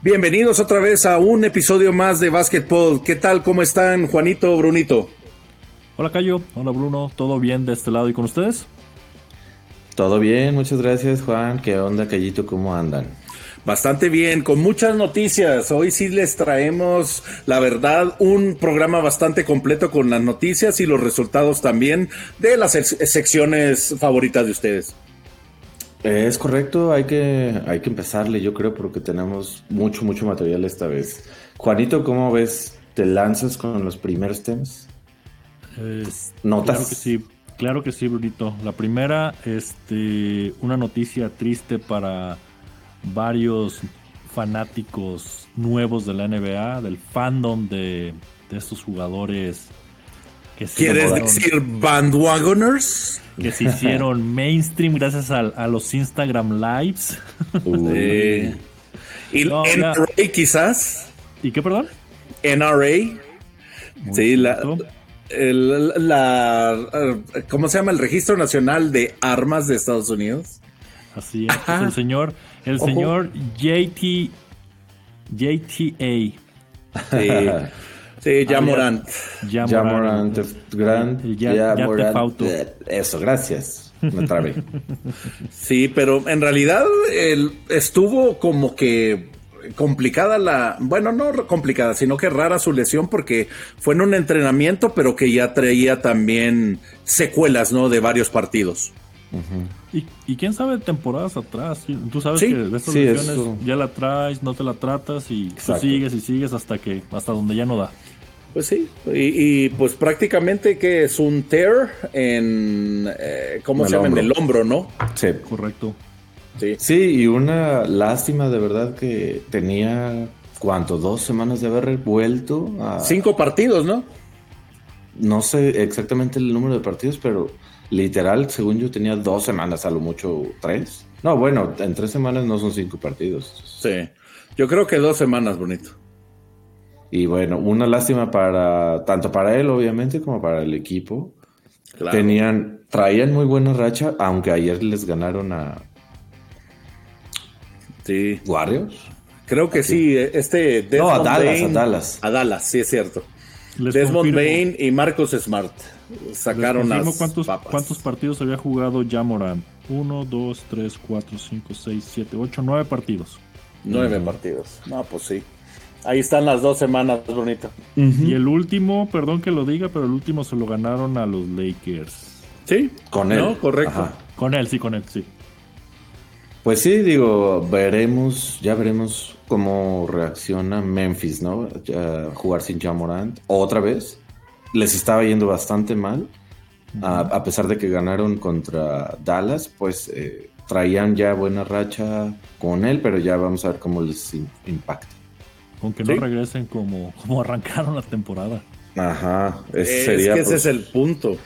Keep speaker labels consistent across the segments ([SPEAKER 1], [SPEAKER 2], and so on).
[SPEAKER 1] Bienvenidos otra vez a un episodio más de Basketball. ¿Qué tal? ¿Cómo están, Juanito, Brunito?
[SPEAKER 2] Hola, Cayo. Hola, Bruno. ¿Todo bien de este lado y con ustedes?
[SPEAKER 3] Todo bien, muchas gracias, Juan. ¿Qué onda, Cayito? ¿Cómo andan?
[SPEAKER 1] Bastante bien, con muchas noticias. Hoy sí les traemos, la verdad, un programa bastante completo con las noticias y los resultados también de las secciones favoritas de ustedes.
[SPEAKER 3] Es correcto, hay que, hay que empezarle, yo creo, porque tenemos mucho, mucho material esta vez. Juanito, ¿cómo ves? ¿Te lanzas con los primeros temas?
[SPEAKER 2] Es-
[SPEAKER 3] Notas.
[SPEAKER 2] Este, Claro que sí, claro que sí, Brunito. La primera, este, una noticia triste para varios fanáticos nuevos de la NBA, del fandom de, de estos jugadores que se
[SPEAKER 1] ¿Quieres
[SPEAKER 2] hicieron-
[SPEAKER 1] decir bandwagoners?
[SPEAKER 2] que se hicieron mainstream gracias al- a, los Instagram Lives.
[SPEAKER 3] Uh,
[SPEAKER 1] Eh, y
[SPEAKER 2] No,
[SPEAKER 1] NRA
[SPEAKER 2] ya.
[SPEAKER 1] quizás.
[SPEAKER 2] ¿Y qué, perdón?
[SPEAKER 1] NRA. Sí, la,
[SPEAKER 2] correcto.
[SPEAKER 1] el- la- ¿Cómo se llama? El Registro Nacional de Armas de Estados Unidos.
[SPEAKER 2] Así es, pues
[SPEAKER 1] Ajá.
[SPEAKER 2] el señor, el
[SPEAKER 3] Ojo.
[SPEAKER 2] señor JT, JTA,
[SPEAKER 1] Sí, sí ya Morant.
[SPEAKER 2] ya
[SPEAKER 3] Ya
[SPEAKER 2] Morant.
[SPEAKER 3] Morant, te- Grant,
[SPEAKER 2] Ya- ya te
[SPEAKER 3] Morant,
[SPEAKER 2] fauto.
[SPEAKER 3] eh, Eso, gracias. Me trabé.
[SPEAKER 1] Sí, pero en realidad el- estuvo como que complicada la, bueno, no complicada, sino que rara su lesión porque fue en un entrenamiento, pero que ya traía también secuelas, ¿no? De varios partidos.
[SPEAKER 2] Y, y quién sabe temporadas atrás. sí, Tú sabes
[SPEAKER 1] Sí,
[SPEAKER 2] que de estas
[SPEAKER 3] sí,
[SPEAKER 2] lesiones
[SPEAKER 3] eso.
[SPEAKER 2] ya la traes, no te la tratas y tú
[SPEAKER 3] Exacto.
[SPEAKER 2] sigues y sigues hasta que hasta donde ya no da.
[SPEAKER 1] Pues sí, y, y, pues prácticamente que es un tear en, eh, ¿cómo
[SPEAKER 3] En
[SPEAKER 1] se
[SPEAKER 3] el
[SPEAKER 1] llama? En el
[SPEAKER 3] hombro.
[SPEAKER 1] hombro, ¿no?
[SPEAKER 3] Sí.
[SPEAKER 2] Correcto.
[SPEAKER 1] Sí.
[SPEAKER 3] Sí, y una lástima de verdad que tenía, ¿cuánto? Dos semanas de haber vuelto a...
[SPEAKER 1] Cinco partidos, ¿no?
[SPEAKER 3] No sé exactamente el número de partidos, pero literal, según yo, tenía dos semanas, a lo mucho tres. No, bueno, en tres semanas no son cinco partidos.
[SPEAKER 1] Sí. Yo creo que dos semanas, bonito.
[SPEAKER 3] Y bueno, una lástima para, tanto para él, obviamente, como para el equipo.
[SPEAKER 1] Claro.
[SPEAKER 3] Tenían, traían muy buena racha, aunque ayer les ganaron a
[SPEAKER 1] Sí.
[SPEAKER 3] Warriors.
[SPEAKER 1] Creo que sí, este
[SPEAKER 3] No, a
[SPEAKER 1] Desmond
[SPEAKER 3] Dallas,
[SPEAKER 1] Bane-
[SPEAKER 3] a Dallas.
[SPEAKER 1] A Dallas, sí es cierto.
[SPEAKER 2] Les
[SPEAKER 1] Desmond
[SPEAKER 2] confirmo-
[SPEAKER 1] Bain y Marcus Smart
[SPEAKER 2] les
[SPEAKER 1] sacaron
[SPEAKER 2] confirmo
[SPEAKER 1] las
[SPEAKER 2] cuántos,
[SPEAKER 1] papas.
[SPEAKER 2] cuántos partidos había jugado ya Morán. Uno, dos, tres, cuatro, cinco, seis, siete, ocho, nueve partidos.
[SPEAKER 3] Mm.
[SPEAKER 1] Nueve partidos. No, pues sí. Ahí están las dos semanas, bonito.
[SPEAKER 2] Y el último, perdón que lo diga, pero el último se lo ganaron a los Lakers.
[SPEAKER 1] Sí,
[SPEAKER 3] Con él.
[SPEAKER 1] No, correcto.
[SPEAKER 3] Ajá.
[SPEAKER 2] Con él, sí, con él, sí.
[SPEAKER 3] Pues sí, digo, veremos, ya veremos cómo reacciona Memphis, ¿no? Ya jugar sin Jamorant otra vez. Les estaba yendo bastante mal, a, a pesar de que ganaron contra Dallas, pues eh, traían ya buena racha con él, pero ya vamos a ver cómo les im- impacta.
[SPEAKER 2] Con que no
[SPEAKER 1] Sí.
[SPEAKER 2] regresen como, como arrancaron la temporada.
[SPEAKER 3] Ajá, ese
[SPEAKER 1] Eh, es
[SPEAKER 3] sería.
[SPEAKER 1] que ese
[SPEAKER 3] pues,
[SPEAKER 1] es el punto.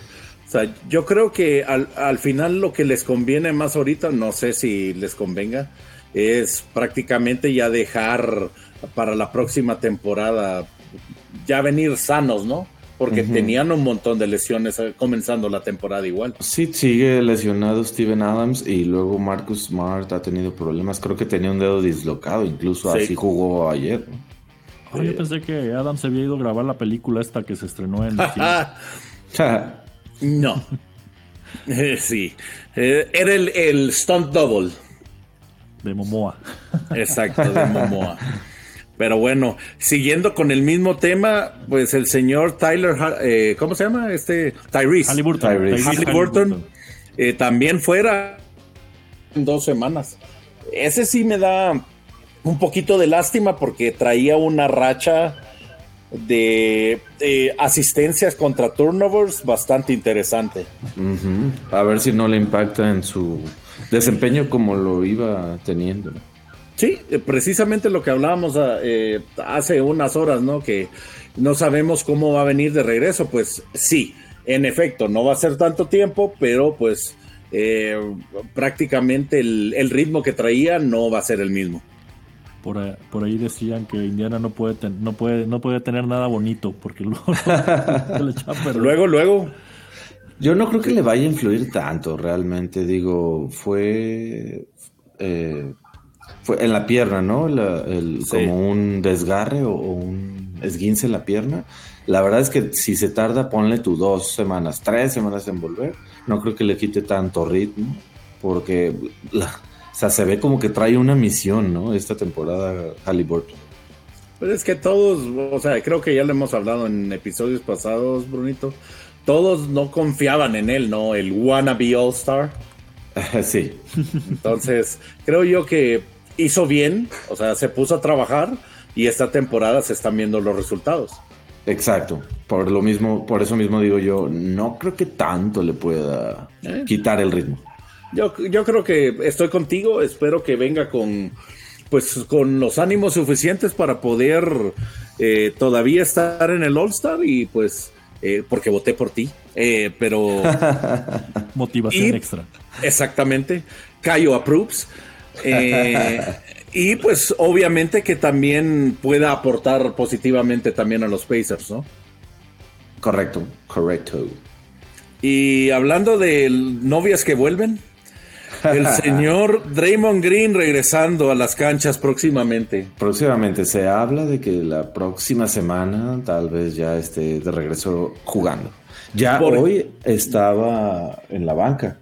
[SPEAKER 1] O sea, yo creo que al, al final lo que les conviene más ahorita, no sé si les convenga, es prácticamente ya dejar para la próxima temporada, ya venir sanos, ¿no? Porque
[SPEAKER 3] Ujú.
[SPEAKER 1] tenían un montón de lesiones eh, comenzando la temporada igual.
[SPEAKER 3] Sí, sigue lesionado Steven Adams y luego Marcus Smart ha tenido problemas. Creo que tenía un dedo dislocado, incluso
[SPEAKER 1] Sí.
[SPEAKER 3] así jugó ayer. ¿no?
[SPEAKER 2] Ah,
[SPEAKER 1] Eh.
[SPEAKER 2] yo pensé que Adam se había ido a grabar la película esta que se estrenó en diciembre.
[SPEAKER 1] Ah, No. Eh, sí. Eh, era el, el stunt double.
[SPEAKER 2] de Momoa.
[SPEAKER 1] Exacto, de Momoa. Pero bueno, siguiendo con el mismo tema, pues el señor Tyler, Ha- eh, ¿cómo se llama? Este Tyrese.
[SPEAKER 2] Halliburton.
[SPEAKER 3] Tyrese.
[SPEAKER 2] Tyrese
[SPEAKER 1] Halliburton,
[SPEAKER 2] Halliburton.
[SPEAKER 1] eh, también fuera en dos semanas. Ese sí me da un poquito de lástima porque traía una racha de eh, asistencias contra turnovers bastante interesante.
[SPEAKER 3] Ujú. A ver si no le impacta en su desempeño como lo iba teniendo.
[SPEAKER 1] Sí, eh, precisamente lo que hablábamos ah, eh, hace unas horas, ¿no? Que no sabemos cómo va a venir de regreso. Pues sí, en efecto, no va a ser tanto tiempo, pero pues eh, prácticamente el, el ritmo que traía no va a ser el mismo.
[SPEAKER 2] Por, ahí- por ahí decían que Indiana no puede, ten- no puede, no puede tener nada bonito porque luego se le echa a perder.
[SPEAKER 1] Luego, luego,
[SPEAKER 3] Yo no creo que le vaya a influir tanto realmente. Digo, fue eh, Fue en la pierna, ¿no? La- el-
[SPEAKER 1] Sí.
[SPEAKER 3] Como un desgarre o, o un esguince en la pierna. La verdad es que si se tarda, ponle tú dos semanas, tres semanas en volver. No creo que le quite tanto ritmo, porque la- o sea, se ve como que trae una misión, ¿no? Esta temporada Halliburton.
[SPEAKER 1] Pero pues es que todos, o sea, creo que ya lo hemos hablado en episodios pasados, Brunito. Todos no confiaban en él, ¿no? El wannabe All-Star.
[SPEAKER 3] sí,
[SPEAKER 1] Entonces, creo yo que hizo bien, o sea, se puso a trabajar y esta temporada se están viendo los resultados.
[SPEAKER 3] exacto. Por lo mismo, por eso mismo digo yo, no creo que tanto le pueda
[SPEAKER 1] Eh.
[SPEAKER 3] quitar el ritmo.
[SPEAKER 1] Yo, yo creo que estoy contigo, espero que venga con pues con los ánimos suficientes para poder eh, todavía estar en el All-Star y pues eh, porque voté por ti, eh, pero
[SPEAKER 2] Motivación
[SPEAKER 1] Y-
[SPEAKER 2] extra.
[SPEAKER 1] Exactamente. Cayo approves. Eh, y pues obviamente que también pueda aportar positivamente también a los Pacers, ¿no?
[SPEAKER 3] Correcto, correcto.
[SPEAKER 1] Y hablando de novias que vuelven, el señor Draymond Green regresando a las canchas próximamente.
[SPEAKER 3] Próximamente se habla de que la próxima semana tal vez ya esté de regreso jugando. Ya
[SPEAKER 1] Por-
[SPEAKER 3] hoy estaba en la banca,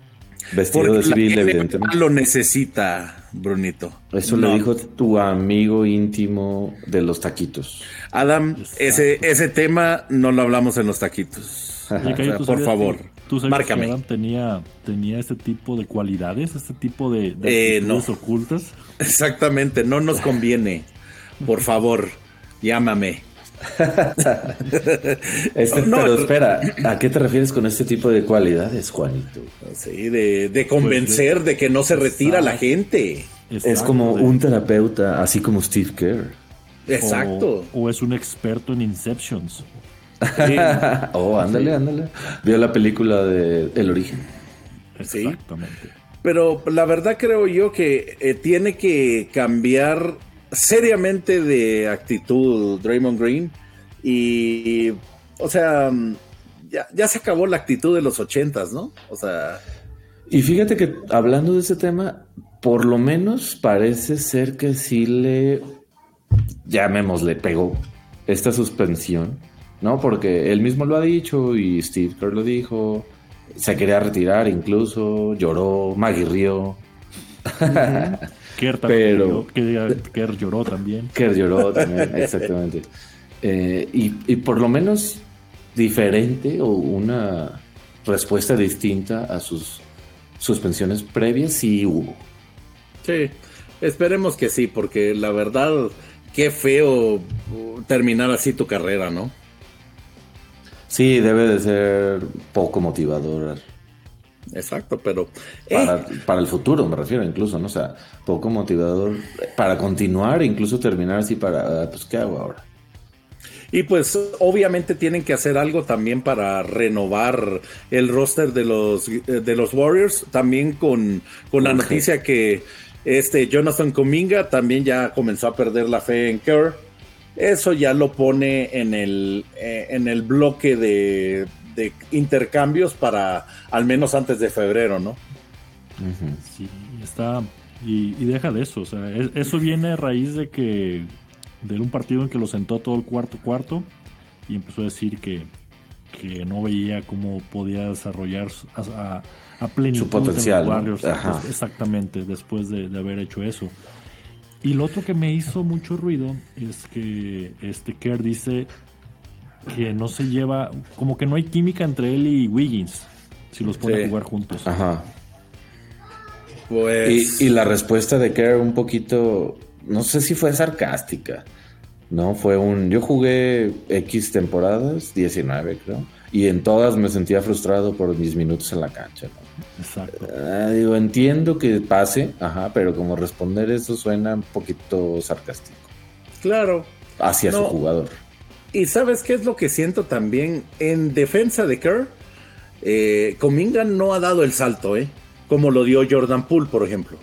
[SPEAKER 3] vestido de
[SPEAKER 1] Porque la
[SPEAKER 3] civil,
[SPEAKER 1] NBA
[SPEAKER 3] evidentemente.
[SPEAKER 1] lo necesita, Brunito.
[SPEAKER 3] Eso
[SPEAKER 1] No.
[SPEAKER 3] le dijo tu amigo íntimo de los taquitos.
[SPEAKER 1] Adam,
[SPEAKER 3] Pues, ah,
[SPEAKER 1] ese, ese tema no lo hablamos en los taquitos.
[SPEAKER 2] Oye, Cayo,
[SPEAKER 1] o sea,
[SPEAKER 2] ¿tú
[SPEAKER 1] por
[SPEAKER 2] sabías
[SPEAKER 1] favor,
[SPEAKER 2] que- ¿Tú sabías
[SPEAKER 1] márcame.
[SPEAKER 2] que Adam tenía, tenía este tipo de cualidades, este tipo de,
[SPEAKER 1] Eh,
[SPEAKER 2] de actitudes
[SPEAKER 1] no.
[SPEAKER 2] ocultas?
[SPEAKER 1] Exactamente, no nos conviene. Por favor, llámame.
[SPEAKER 3] Este-
[SPEAKER 1] No,
[SPEAKER 3] pero
[SPEAKER 1] no.
[SPEAKER 3] espera, ¿a qué te refieres con este tipo de cualidades, Juanito?
[SPEAKER 1] Sí, de,
[SPEAKER 2] Pues,
[SPEAKER 1] de convencer de que no se retira la gente.
[SPEAKER 3] Es
[SPEAKER 2] Exacto,
[SPEAKER 3] como
[SPEAKER 2] de-
[SPEAKER 3] un terapeuta, así como Steve Kerr.
[SPEAKER 1] Exacto.
[SPEAKER 2] O, o es un experto en Inceptions. Eh,
[SPEAKER 1] Sí,
[SPEAKER 3] Oh, ándale, ándale. Vio la película de El Origen.
[SPEAKER 1] Sí.
[SPEAKER 2] Exactamente.
[SPEAKER 1] Pero la verdad creo yo que eh, tiene que cambiar seriamente de actitud Draymond Green. Y, o sea, ya, ya se acabó la actitud de los ochentas, ¿no? O sea,
[SPEAKER 3] Y fíjate que hablando de ese tema, por lo menos parece ser que sí le, llamémosle, pegó esta suspensión, ¿no? Porque él mismo lo ha dicho y Steve Kerr lo dijo, se quería retirar incluso, lloró, maguirrió,
[SPEAKER 2] Kerr también
[SPEAKER 3] Pero-
[SPEAKER 2] lloró, Kerr- Kerr lloró también.
[SPEAKER 3] Kerr lloró también, exactamente. Eh, y, y por lo menos diferente o una respuesta distinta a sus suspensiones previas sí hubo.
[SPEAKER 1] sí, esperemos que sí, porque la verdad, qué feo uh, terminar así tu carrera, ¿no?
[SPEAKER 3] Sí, debe de ser poco motivador
[SPEAKER 1] Exacto, pero... eh,
[SPEAKER 3] para, para el futuro, me refiero incluso, ¿no? O sea, poco motivador para continuar, incluso terminar así para, ah, pues, ¿qué hago ahora?
[SPEAKER 1] Y pues obviamente tienen que hacer algo también para renovar el roster de los eh, de los Warriors, también con, con la
[SPEAKER 3] Ok.
[SPEAKER 1] noticia que este Jonathan Cominga también ya comenzó a perder la fe en Kerr. Eso ya lo pone en el eh, en el bloque de, de intercambios para al menos antes de febrero, ¿no?
[SPEAKER 3] Ujú.
[SPEAKER 2] Sí, está. Y, y deja de eso. O sea, es- eso viene a raíz de que. De un partido en que lo sentó todo el cuarto cuarto. Y empezó a decir que, que no veía cómo podía desarrollar su- a, a- a plenitud
[SPEAKER 3] Su potencial,
[SPEAKER 2] en los
[SPEAKER 3] ¿no?
[SPEAKER 2] Warriors.
[SPEAKER 3] Ajá.
[SPEAKER 2] Pues, exactamente, después de, de haber hecho eso. Y lo otro que me hizo mucho ruido es que este Kerr dice que no se lleva, como que no hay química entre él y Wiggins, si los pone
[SPEAKER 1] Sí.
[SPEAKER 2] a jugar juntos.
[SPEAKER 3] Ajá. Y,
[SPEAKER 1] Pues
[SPEAKER 3] y la respuesta de Kerr un poquito, no sé si fue sarcástica, ¿no? Fue un, yo jugué X temporadas, 19 creo, y en todas me sentía frustrado por mis minutos en la cancha, ¿no?
[SPEAKER 2] Exacto.
[SPEAKER 3] Ah, digo, entiendo que pase, ajá, pero como responder eso suena un poquito sarcástico
[SPEAKER 1] claro.
[SPEAKER 3] hacia su
[SPEAKER 1] No.
[SPEAKER 3] jugador.
[SPEAKER 1] Y sabes qué es lo que siento también en defensa de Kerr. Eh, Cominga no ha dado el salto, ¿eh? Como lo dio Jordan Poole, por ejemplo.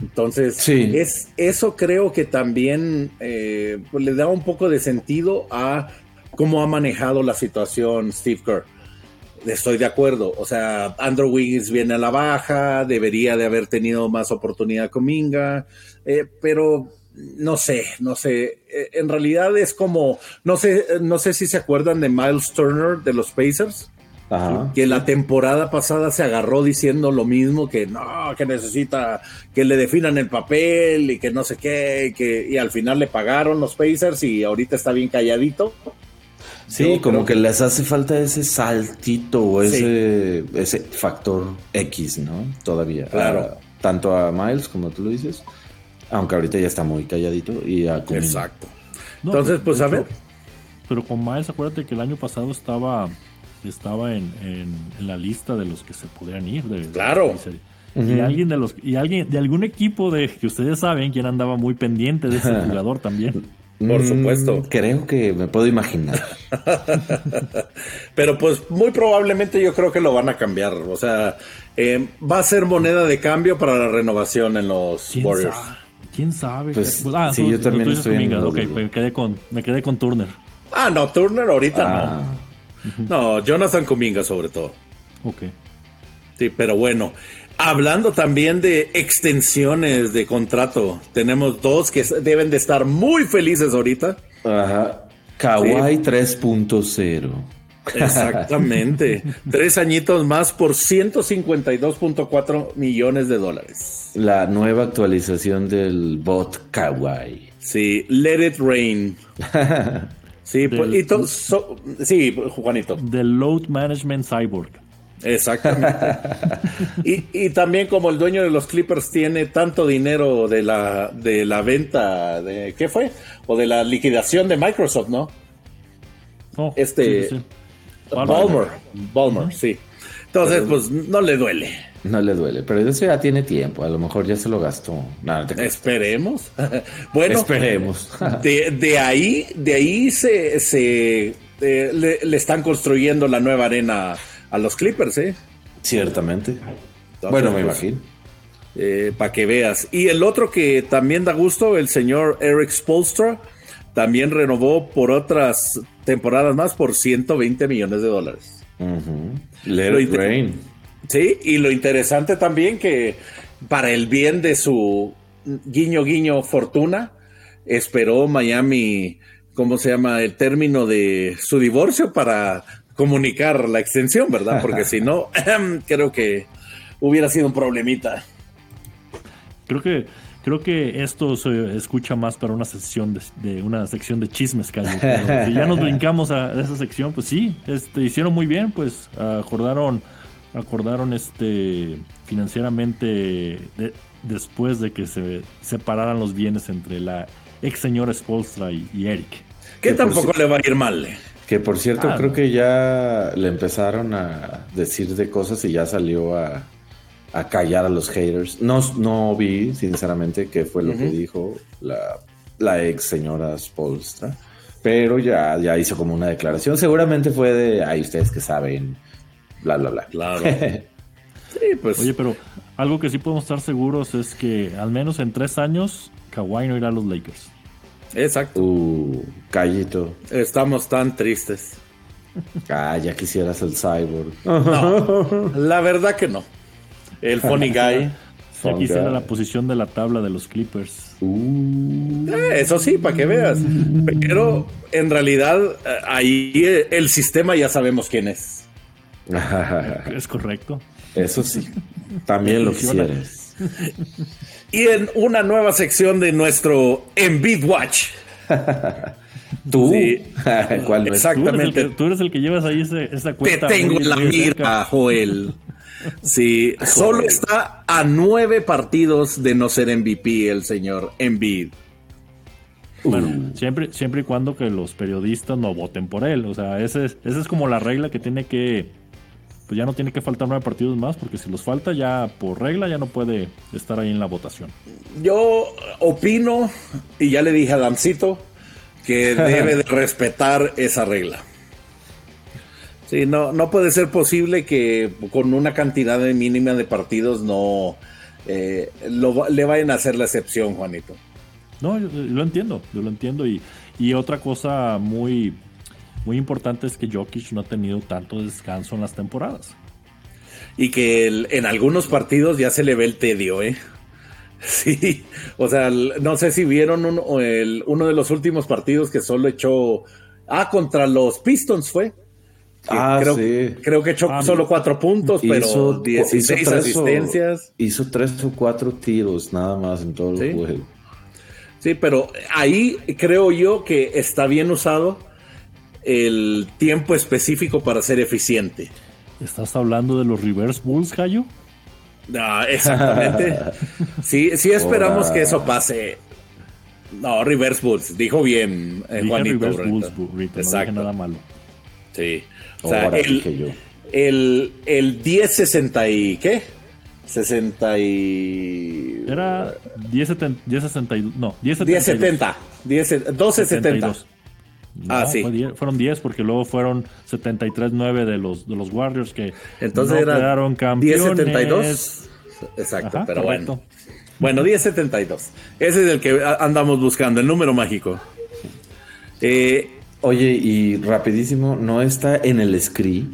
[SPEAKER 1] Entonces,
[SPEAKER 3] Sí.
[SPEAKER 1] es, eso creo que también eh, pues, le da un poco de sentido a cómo ha manejado la situación Steve Kerr. Estoy de acuerdo. O sea, Andrew Wiggins viene a la baja, debería de haber tenido más oportunidad con Minga, eh, pero no sé, no sé. Eh, En realidad es como, no sé, no sé si se acuerdan de Miles Turner de los Pacers
[SPEAKER 3] Ajá.
[SPEAKER 1] que la temporada pasada se agarró diciendo lo mismo, que no, que necesita que le definan el papel y que no sé qué, y que, y al final le pagaron los Pacers y ahorita está bien calladito.
[SPEAKER 3] Sí,
[SPEAKER 1] Yo
[SPEAKER 3] como
[SPEAKER 1] creo
[SPEAKER 3] que les hace falta ese saltito o ese, ese factor X, ¿no? Todavía.
[SPEAKER 1] Claro.
[SPEAKER 3] A- tanto a Miles, como tú lo dices, aunque ahorita ya está muy calladito, y a Kuminga.
[SPEAKER 1] Exacto.
[SPEAKER 2] No,
[SPEAKER 1] Entonces, pues
[SPEAKER 2] de
[SPEAKER 1] a
[SPEAKER 2] hecho,
[SPEAKER 1] ver.
[SPEAKER 2] Pero con Miles, acuérdate que el año pasado estaba estaba en, en- en la lista de los que se podían ir. de- de-
[SPEAKER 1] Claro.
[SPEAKER 2] y
[SPEAKER 3] Ujú.
[SPEAKER 2] alguien de los y alguien de algún equipo de que ustedes saben quién andaba muy pendiente de ese jugador también.
[SPEAKER 1] Por supuesto.
[SPEAKER 3] Mm, Creo que me puedo imaginar.
[SPEAKER 1] Pero pues muy probablemente yo creo que lo van a cambiar. O sea, eh, va a ser moneda de cambio para la renovación en los
[SPEAKER 2] ¿Quién
[SPEAKER 1] Warriors.
[SPEAKER 2] sabe? ¿Quién sabe?
[SPEAKER 3] Pues,
[SPEAKER 2] ah,
[SPEAKER 3] sí,
[SPEAKER 2] tú-
[SPEAKER 3] yo
[SPEAKER 2] tú
[SPEAKER 3] también
[SPEAKER 2] dices
[SPEAKER 3] estoy en
[SPEAKER 2] Kuminga.
[SPEAKER 3] la
[SPEAKER 2] Ok,
[SPEAKER 3] duda.
[SPEAKER 2] me quedé con me quedé con Turner.
[SPEAKER 1] Ah, no, Turner ahorita
[SPEAKER 3] Ah,
[SPEAKER 1] no. No, Jonathan Kuminga sobre todo.
[SPEAKER 2] Ok.
[SPEAKER 1] Sí, pero bueno, hablando también de extensiones de contrato, tenemos dos que s- deben de estar muy felices ahorita.
[SPEAKER 3] Ah, Ajá. Kawhi 3.0.
[SPEAKER 1] Exactamente. Tres añitos más por 152.4 millones de dólares.
[SPEAKER 3] La nueva actualización del bot Kawhi.
[SPEAKER 1] Sí, Let It Rain. Sí,
[SPEAKER 2] Del-
[SPEAKER 1] pues, y to- so- sí, Juanito.
[SPEAKER 2] The Load Management Cyborg.
[SPEAKER 1] Exactamente. y, y también como el dueño de los Clippers tiene tanto dinero de la, de la venta de ¿qué fue? o de la liquidación de Microsoft, ¿no?
[SPEAKER 2] Oh,
[SPEAKER 1] Este-
[SPEAKER 2] sí, sí, sí.
[SPEAKER 1] Balmer. Balmer, sí. Entonces, pues no le duele.
[SPEAKER 3] No le duele, pero eso ya tiene tiempo. A lo mejor ya se lo gastó. No, no te creas.
[SPEAKER 1] Esperemos. bueno,
[SPEAKER 3] Esperemos.
[SPEAKER 1] de, de ahí, de ahí se, se eh, le, le están construyendo la nueva arena a los Clippers, ¿eh?
[SPEAKER 3] Ciertamente. bueno, me
[SPEAKER 1] pues,
[SPEAKER 3] imagino.
[SPEAKER 1] para eh, que veas. Y el otro que también da gusto, el señor Eric Spolstra, también renovó por otras temporadas más por 120 millones de dólares.
[SPEAKER 3] Ujú. Let
[SPEAKER 1] Lo
[SPEAKER 3] it
[SPEAKER 1] inte-
[SPEAKER 3] rain.
[SPEAKER 1] Sí, y lo interesante también que para el bien de su guiño guiño fortuna, esperó Miami, ¿cómo se llama? El término de su divorcio para comunicar la extensión, ¿verdad? Porque si no, creo que hubiera sido un problemita.
[SPEAKER 2] Creo que creo que esto se escucha más para una sección de, de- una sección de chismes, Cayo. Pero Si ya nos brincamos a esa sección, pues sí, este hicieron muy bien, pues acordaron acordaron este financieramente de- después de que se separaran los bienes entre la ex señora Spolstra y, y Eric.
[SPEAKER 1] Que
[SPEAKER 3] Que por
[SPEAKER 1] tampoco le va a ir mal. eh.
[SPEAKER 3] Que por cierto,
[SPEAKER 2] Ah,
[SPEAKER 3] creo
[SPEAKER 2] no.
[SPEAKER 3] que ya le empezaron a decir de cosas y ya salió a, a callar a los haters. No, no vi, sinceramente, qué fue lo que
[SPEAKER 1] Ujú.
[SPEAKER 3] dijo la, la ex señora Spolstra, pero ya, ya hizo como una declaración. Seguramente fue de, ay, ustedes que saben, bla, bla, bla.
[SPEAKER 1] Claro. Sí, pues.
[SPEAKER 2] Oye, pero algo que sí podemos estar seguros es que al menos en tres años Kawhi no irá a los Lakers.
[SPEAKER 1] Exacto.
[SPEAKER 3] Uh, callito.
[SPEAKER 1] Estamos tan tristes.
[SPEAKER 3] Ah, ya quisieras el cyborg.
[SPEAKER 1] No, la verdad que no. El funny guy.
[SPEAKER 2] Ya
[SPEAKER 3] Son
[SPEAKER 2] quisiera
[SPEAKER 3] guy.
[SPEAKER 2] la posición de la tabla de los Clippers.
[SPEAKER 3] Uh.
[SPEAKER 1] Eh, Eso sí, para que veas. Pero en realidad eh, ahí eh, el sistema ya sabemos quién es.
[SPEAKER 2] Es correcto.
[SPEAKER 3] Eso sí. También lo
[SPEAKER 2] Funciona.
[SPEAKER 3] quisieras.
[SPEAKER 1] Y en una nueva sección de nuestro Envid Watch.
[SPEAKER 3] ¿Tú?
[SPEAKER 1] Sí.
[SPEAKER 3] ¿Cuál no es?
[SPEAKER 1] Uh. Exacto.
[SPEAKER 2] Tú eres, el que,
[SPEAKER 1] Exactamente.
[SPEAKER 2] tú eres el que llevas ahí ese- esa
[SPEAKER 1] Te
[SPEAKER 2] cuenta.
[SPEAKER 1] tengo
[SPEAKER 2] muy-
[SPEAKER 1] en la
[SPEAKER 2] muy cerca.
[SPEAKER 1] mira, Joel. Sí, solo está a nueve partidos de no ser MVP el señor Envid.
[SPEAKER 3] Uh.
[SPEAKER 2] Bueno,
[SPEAKER 1] Uh.
[SPEAKER 2] siempre, siempre y cuando que los periodistas no voten por él. O sea, ese es- esa es como la regla que tiene que. Pues ya no tiene que faltar nueve partidos más, porque si los falta ya por regla ya no puede estar ahí en la votación.
[SPEAKER 1] Yo opino, y ya le dije a Dancito, que debe de respetar esa regla. Sí, no, no puede ser posible que con una cantidad de mínima de partidos no eh, lo va- le vayan a hacer la excepción, Juanito.
[SPEAKER 2] No, yo, yo lo entiendo, yo lo entiendo. Y, y otra cosa muy, muy importante es que Jokic no ha tenido tanto descanso en las temporadas.
[SPEAKER 1] Y que el- en algunos partidos ya se le ve el tedio, ¿eh? Sí, o sea, el- no sé si vieron un- o el- uno de los últimos partidos que solo echó. Ah, contra los Pistons fue. Que
[SPEAKER 3] Ah,
[SPEAKER 1] creo,
[SPEAKER 3] sí.
[SPEAKER 1] creo que echó
[SPEAKER 2] Ah,
[SPEAKER 1] solo cuatro puntos, pero
[SPEAKER 3] Hizo-
[SPEAKER 1] 16
[SPEAKER 3] hizo tres o-
[SPEAKER 1] asistencias.
[SPEAKER 3] Hizo tres o cuatro tiros nada más en todo
[SPEAKER 1] Sí.
[SPEAKER 3] el juego.
[SPEAKER 1] Sí, pero ahí creo yo que está bien usado el tiempo específico para ser eficiente.
[SPEAKER 2] ¿Estás hablando de los Reverse Bulls, Gallo?
[SPEAKER 1] Ah, exactamente. sí, sí esperamos
[SPEAKER 3] Hola.
[SPEAKER 1] que eso pase. No, reverse Bulls, dijo bien eh,
[SPEAKER 2] Dije
[SPEAKER 1] Juanito.
[SPEAKER 2] Reverse
[SPEAKER 1] Brunito.
[SPEAKER 2] Bulls, burrito, no dije
[SPEAKER 1] Exacto.
[SPEAKER 2] nada malo.
[SPEAKER 1] Sí. O sea,
[SPEAKER 3] Ahora
[SPEAKER 1] el,
[SPEAKER 3] dije yo.
[SPEAKER 1] el, el 10-60 y qué? 60 y...
[SPEAKER 2] Era 10.70 10.62, no, 10.72.
[SPEAKER 1] 10-70. 10, 12-70.
[SPEAKER 2] 72.
[SPEAKER 1] Ah,
[SPEAKER 2] No,
[SPEAKER 1] sí.
[SPEAKER 2] fue 10, fueron 10 porque luego fueron 73-9 de los, de los Warriors que
[SPEAKER 1] Entonces
[SPEAKER 2] no
[SPEAKER 1] era
[SPEAKER 2] quedaron campeones.
[SPEAKER 1] 10-72. Exacto,
[SPEAKER 2] Ajá,
[SPEAKER 1] pero
[SPEAKER 2] correcto.
[SPEAKER 1] bueno. Bueno, 1072. Ese es el que a- andamos buscando, el número mágico. Eh,
[SPEAKER 3] Oye, y rapidísimo, no está en el scree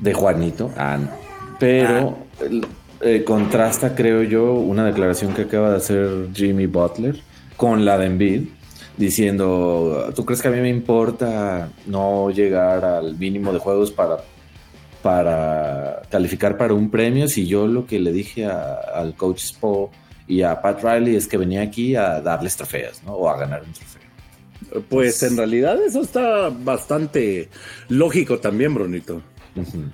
[SPEAKER 3] de Juanito. Ah, no. Pero el- eh, contrasta, creo yo, una declaración que acaba de hacer Jimmy Butler con la de Embiid, diciendo, ¿tú crees que a mí me importa no llegar al mínimo de juegos para, para calificar para un premio si yo lo que le dije a- al coach Spo y a Pat Riley es que venía aquí a darles trofeos, ¿no? O a ganar un trofeo.
[SPEAKER 1] pues en realidad eso está bastante lógico también, Brunito.
[SPEAKER 3] Ujú.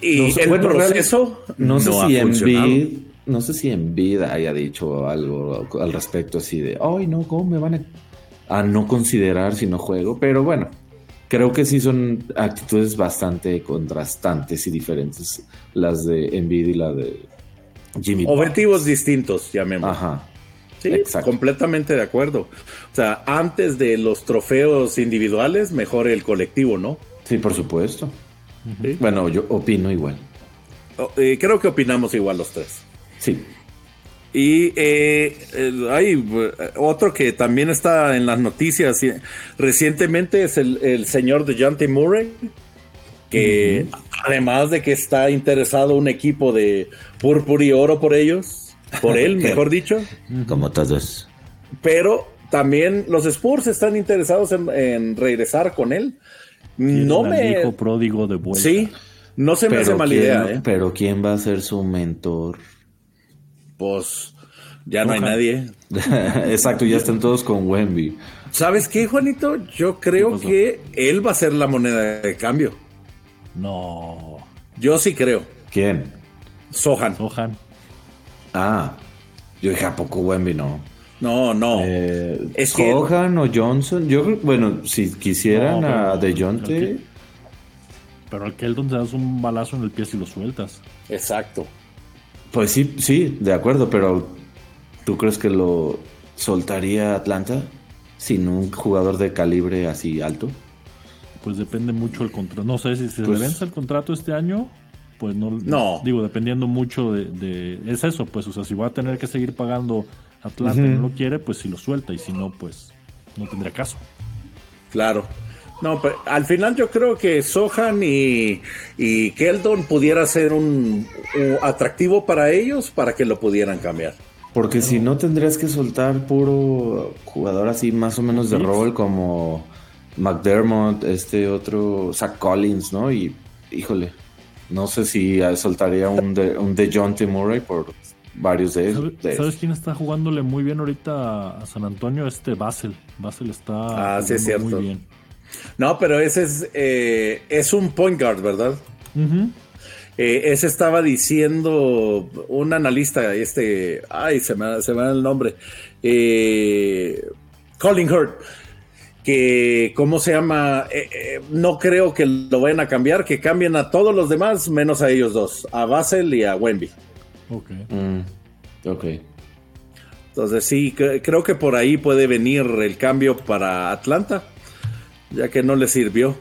[SPEAKER 1] Y
[SPEAKER 3] No sé,
[SPEAKER 1] el
[SPEAKER 3] bueno,
[SPEAKER 1] proceso
[SPEAKER 3] No sé
[SPEAKER 1] ha
[SPEAKER 3] si
[SPEAKER 1] funcionado.
[SPEAKER 3] Embiid, no sé si Embiid haya dicho algo al respecto así de, ay no, ¿cómo me van a, a no considerar si no juego? Pero bueno, creo que sí son actitudes bastante contrastantes y diferentes las de Embiid y la de Jimmy.
[SPEAKER 1] Objetivos distintos, llamemos.
[SPEAKER 3] Ajá.
[SPEAKER 1] Sí,
[SPEAKER 3] exacto.
[SPEAKER 1] completamente de acuerdo. O sea, antes de los trofeos individuales, mejor el colectivo, ¿no?
[SPEAKER 3] Sí, por supuesto.
[SPEAKER 1] Sí.
[SPEAKER 3] Bueno, yo opino igual.
[SPEAKER 1] O- eh, creo que opinamos igual los tres.
[SPEAKER 3] Sí.
[SPEAKER 1] Y eh, el- hay eh, otro que también está en las noticias y- recientemente es el, el señor de John Murray, que además de que está interesado un equipo de púrpura y oro por ellos, por él, mejor dicho,
[SPEAKER 3] Como todos.
[SPEAKER 1] pero también los Spurs están interesados en, en regresar con él. No
[SPEAKER 2] Quieren al
[SPEAKER 1] me.
[SPEAKER 2] hijo pródigo de vuelta.
[SPEAKER 1] Sí, no se me hace
[SPEAKER 3] Pero,
[SPEAKER 1] mala
[SPEAKER 3] ¿quién,
[SPEAKER 1] idea, ¿eh?
[SPEAKER 3] pero ¿quién va a ser su mentor?
[SPEAKER 1] Pues ya no hay
[SPEAKER 2] Ojalá.
[SPEAKER 1] nadie.
[SPEAKER 3] Exacto, ya están todos con Wemby.
[SPEAKER 1] ¿Sabes qué, Juanito? Yo creo
[SPEAKER 2] pasó?
[SPEAKER 1] que él va a ser la moneda de cambio.
[SPEAKER 2] No,
[SPEAKER 1] Yo sí creo.
[SPEAKER 3] ¿Quién?
[SPEAKER 1] Sohan.
[SPEAKER 2] Sohan.
[SPEAKER 3] Ah, yo dije, ¿a poco Wemby no?
[SPEAKER 1] No, no.
[SPEAKER 3] Eh,
[SPEAKER 1] es que-
[SPEAKER 3] Hogan o Johnson, yo creo, bueno, si quisieran
[SPEAKER 2] No, pero-
[SPEAKER 3] a
[SPEAKER 2] creo
[SPEAKER 3] DeJounte,
[SPEAKER 2] que- Pero al Keldon te das un balazo en el pie si lo sueltas.
[SPEAKER 1] Exacto.
[SPEAKER 3] pues sí, sí, de acuerdo, pero ¿tú crees que lo soltaría Atlanta sin un jugador de calibre así alto?
[SPEAKER 2] Pues depende mucho el contrato. No sé si se
[SPEAKER 3] Pues-
[SPEAKER 2] le vence el contrato este año. Pues no.
[SPEAKER 1] No.
[SPEAKER 2] Digo, dependiendo mucho de, de- Es eso, pues. O sea, si va a tener que seguir pagando Atlanta
[SPEAKER 3] Ujú.
[SPEAKER 2] y no lo quiere, pues si lo suelta. Y si no, pues no tendría caso.
[SPEAKER 1] Claro. No, pero al final yo creo que Sohan y, y Keldon pudiera ser un, un atractivo para ellos para que lo pudieran cambiar.
[SPEAKER 3] Porque si no tendrías que soltar puro jugador así más o menos de
[SPEAKER 2] Sí.
[SPEAKER 3] rol como McDermott, este otro, Zach Collins, ¿no? Y híjole, no sé si ah, soltaría un de, un DeJounte Murray por varios de
[SPEAKER 2] ¿Sabe-
[SPEAKER 3] ellos. de-
[SPEAKER 2] ¿Sabes quién está jugándole muy bien ahorita a San Antonio? Este Basel. Basel está
[SPEAKER 1] Ah, sí, es
[SPEAKER 2] jugando
[SPEAKER 1] cierto.
[SPEAKER 2] muy bien.
[SPEAKER 1] No, pero ese es, eh, es un point guard, ¿verdad?
[SPEAKER 2] Ujú.
[SPEAKER 1] Eh, ese estaba diciendo un analista, este, ay, se me, se me da el nombre, eh, Colin Hurd, que, ¿cómo se llama? Eh, eh, no creo que lo vayan a cambiar, que cambien a todos los demás, menos a ellos dos, a Basel y a Wemby.
[SPEAKER 2] Ok.
[SPEAKER 3] Mm, ok.
[SPEAKER 1] Entonces sí, cre- creo que por ahí puede venir el cambio para Atlanta, ya que no le sirvió.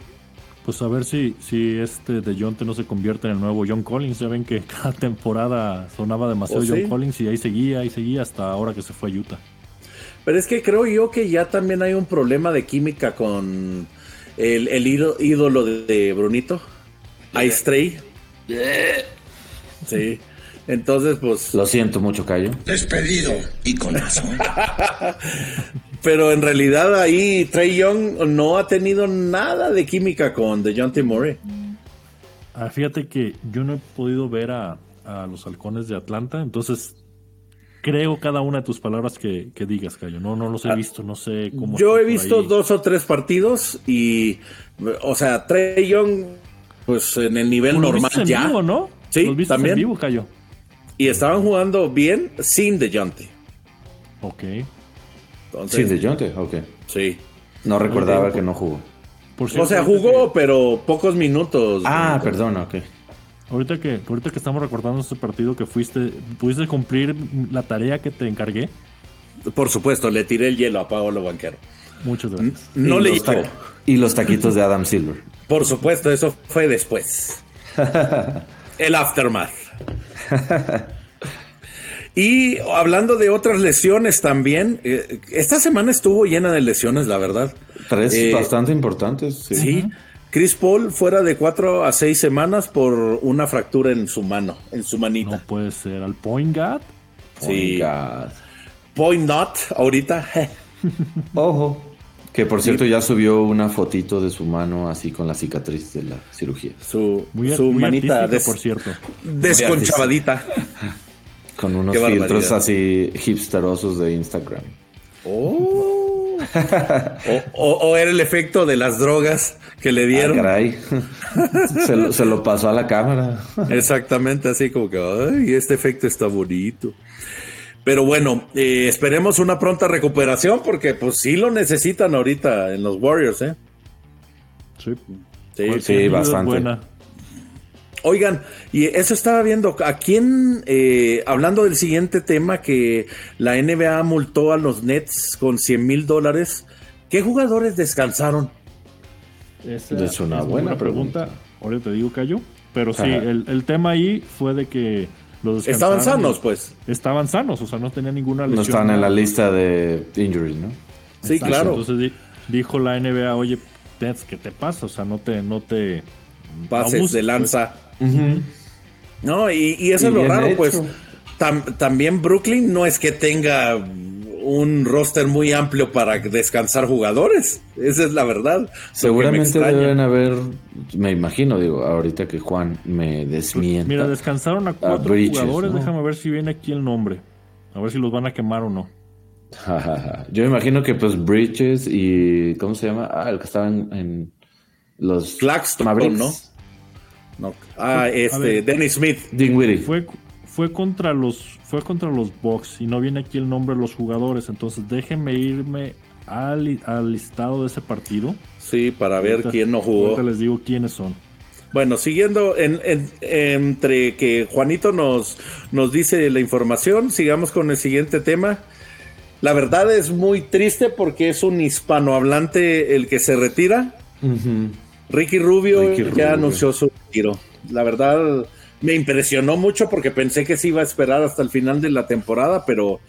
[SPEAKER 2] Pues a ver si, si este de Jonte no se convierte en el nuevo John Collins. Ya ven que cada temporada sonaba demasiado
[SPEAKER 1] Oh, sí.
[SPEAKER 2] John Collins y ahí seguía, ahí seguía hasta ahora que se fue a Utah.
[SPEAKER 1] Pero es que creo yo que ya también hay un problema de química con el, el ídolo, ídolo de, de Brunito, Ice Tray. Sí. Entonces, pues
[SPEAKER 3] Lo siento mucho, Cayo.
[SPEAKER 4] Despedido y con razón.
[SPEAKER 1] Pero en realidad ahí Trey Young no ha tenido nada de química con DeJounte Murray.
[SPEAKER 2] Ah, fíjate que yo no he podido ver a, a los halcones de Atlanta, entonces creo cada una de tus palabras que, que digas, Cayo. No, no los he visto, no sé cómo.
[SPEAKER 1] Ah, Yo
[SPEAKER 2] está
[SPEAKER 1] he
[SPEAKER 2] por
[SPEAKER 1] visto
[SPEAKER 2] ahí.
[SPEAKER 1] dos o tres partidos y, o sea, Trey Young, pues en el nivel
[SPEAKER 2] Los
[SPEAKER 1] normal
[SPEAKER 2] viste en
[SPEAKER 1] ya.
[SPEAKER 2] vivo, ¿no?
[SPEAKER 1] Sí,
[SPEAKER 2] los viste
[SPEAKER 1] también.
[SPEAKER 2] en vivo, Cayo.
[SPEAKER 1] Y estaban jugando bien sin DeJounte.
[SPEAKER 2] Ok.
[SPEAKER 3] Sí,
[SPEAKER 1] Entonces,
[SPEAKER 3] de Jonte, ok.
[SPEAKER 1] sí.
[SPEAKER 3] No recordaba que no jugó.
[SPEAKER 2] Por
[SPEAKER 1] O
[SPEAKER 2] cierto,
[SPEAKER 1] sea,
[SPEAKER 2] ahorita
[SPEAKER 1] jugó, pero pocos minutos.
[SPEAKER 3] Ah, perdón, ok.
[SPEAKER 2] que- ahorita, que, ahorita que estamos recordando este partido que fuiste, ¿pudiste cumplir la tarea que te encargué?
[SPEAKER 1] Por supuesto, le tiré el hielo a Paolo Banquero. Mm.
[SPEAKER 2] Muchas gracias.
[SPEAKER 1] No
[SPEAKER 3] Y
[SPEAKER 1] le
[SPEAKER 3] los
[SPEAKER 1] llegó.
[SPEAKER 3] ta- Y los taquitos de Adam Silver.
[SPEAKER 1] Por supuesto, eso fue después. El aftermath. Y hablando de otras lesiones también, eh, esta semana estuvo llena de lesiones, la verdad.
[SPEAKER 3] Tres
[SPEAKER 1] Eh,
[SPEAKER 3] bastante importantes. Sí.
[SPEAKER 1] Sí. Chris Paul fuera de cuatro a seis semanas por una fractura en su mano, en su
[SPEAKER 2] No
[SPEAKER 1] manita.
[SPEAKER 2] puede ser. Al point guard.
[SPEAKER 1] sí.
[SPEAKER 3] Oh, my God.
[SPEAKER 1] Point not ahorita.
[SPEAKER 3] Ojo. Que por cierto ya subió una fotito de su mano así con la cicatriz de la cirugía.
[SPEAKER 1] Su,
[SPEAKER 2] Muy, ar-
[SPEAKER 1] su
[SPEAKER 2] muy
[SPEAKER 1] manita
[SPEAKER 2] artística,
[SPEAKER 1] des-
[SPEAKER 2] por cierto.
[SPEAKER 1] desconchavadita.
[SPEAKER 3] Con unos
[SPEAKER 1] Qué barbaridad.
[SPEAKER 3] filtros así hipsterosos de Instagram. Ah,
[SPEAKER 1] Oh. o, o- o era el efecto de las drogas que le
[SPEAKER 3] Ah,
[SPEAKER 1] dieron.
[SPEAKER 3] caray. se, lo, se lo pasó a la cámara.
[SPEAKER 1] Ah, Exactamente, así como que, ay, este efecto está bonito. Pero bueno, eh, esperemos una pronta recuperación porque pues sí lo necesitan ahorita en los Warriors, ¿eh?
[SPEAKER 2] Pues Sí.
[SPEAKER 1] Sí.
[SPEAKER 2] Cualquier
[SPEAKER 3] sí,
[SPEAKER 2] ayuda es
[SPEAKER 3] bastante.
[SPEAKER 2] buena.
[SPEAKER 1] Oigan, y eso estaba viendo, ¿a quién, eh, hablando del siguiente tema, que la NBA multó a los Nets con 100 mil dólares, ¿qué jugadores descansaron?
[SPEAKER 2] Esa
[SPEAKER 3] Es una buena pregunta.
[SPEAKER 2] Ahora te digo, Cayo. Pero sí,
[SPEAKER 3] Ajá.
[SPEAKER 2] el, el tema ahí fue de que los
[SPEAKER 1] Estaban
[SPEAKER 2] descansaron y-
[SPEAKER 1] sanos, pues.
[SPEAKER 2] Estaban sanos, o sea, no tenían ninguna lesión.
[SPEAKER 3] No están en la lista de injuries, ¿no?
[SPEAKER 1] Sí,
[SPEAKER 2] Exacto.
[SPEAKER 1] claro.
[SPEAKER 2] Entonces di- dijo la NBA, oye, Nets, ¿qué te pasa? O sea, no te, no te
[SPEAKER 1] pases
[SPEAKER 2] abuses,
[SPEAKER 1] de lanza. No, y, y eso
[SPEAKER 3] Y
[SPEAKER 1] es lo
[SPEAKER 3] bien
[SPEAKER 1] raro,
[SPEAKER 3] hecho.
[SPEAKER 1] pues. Tam- también Brooklyn no es que tenga un roster muy amplio para descansar jugadores. Esa es la verdad. Lo que me
[SPEAKER 3] Seguramente
[SPEAKER 1] extraña.
[SPEAKER 3] deben haber, me imagino, digo, ahorita que Juan me
[SPEAKER 2] pues.
[SPEAKER 3] desmienta.
[SPEAKER 2] Mira, descansaron a cuatro
[SPEAKER 3] Bridges,
[SPEAKER 2] jugadores.
[SPEAKER 3] ¿no?
[SPEAKER 2] Déjame ver si viene aquí el nombre. A ver si los van a quemar o no.
[SPEAKER 3] Ja, ja, ja. Yo me imagino que pues Bridges y ¿cómo se llama? Ah, el que estaba en, en los
[SPEAKER 1] Claxton,
[SPEAKER 3] Mavericks.
[SPEAKER 1] ¿no? No. Ah, este,
[SPEAKER 2] ver.
[SPEAKER 1] Dennis Smith.
[SPEAKER 3] Dinwiddie.
[SPEAKER 2] Fue, fue contra los fue contra los Bucks y no viene aquí el nombre de los jugadores. Entonces déjenme irme al, al listado de ese partido.
[SPEAKER 1] Sí, para ver
[SPEAKER 2] Ahorita-
[SPEAKER 1] quién no jugó.
[SPEAKER 2] ahorita les digo quiénes son.
[SPEAKER 1] Bueno, siguiendo en- en- entre que Juanito nos, nos dice la información, sigamos con el siguiente tema. La verdad es muy triste porque es un hispanohablante el que se retira.
[SPEAKER 3] Ujú.
[SPEAKER 1] Ricky Rubio
[SPEAKER 3] Ricky
[SPEAKER 1] ya
[SPEAKER 3] Rubio.
[SPEAKER 1] anunció su retiro. La verdad me impresionó mucho porque pensé que se iba a esperar hasta el final de la temporada, pero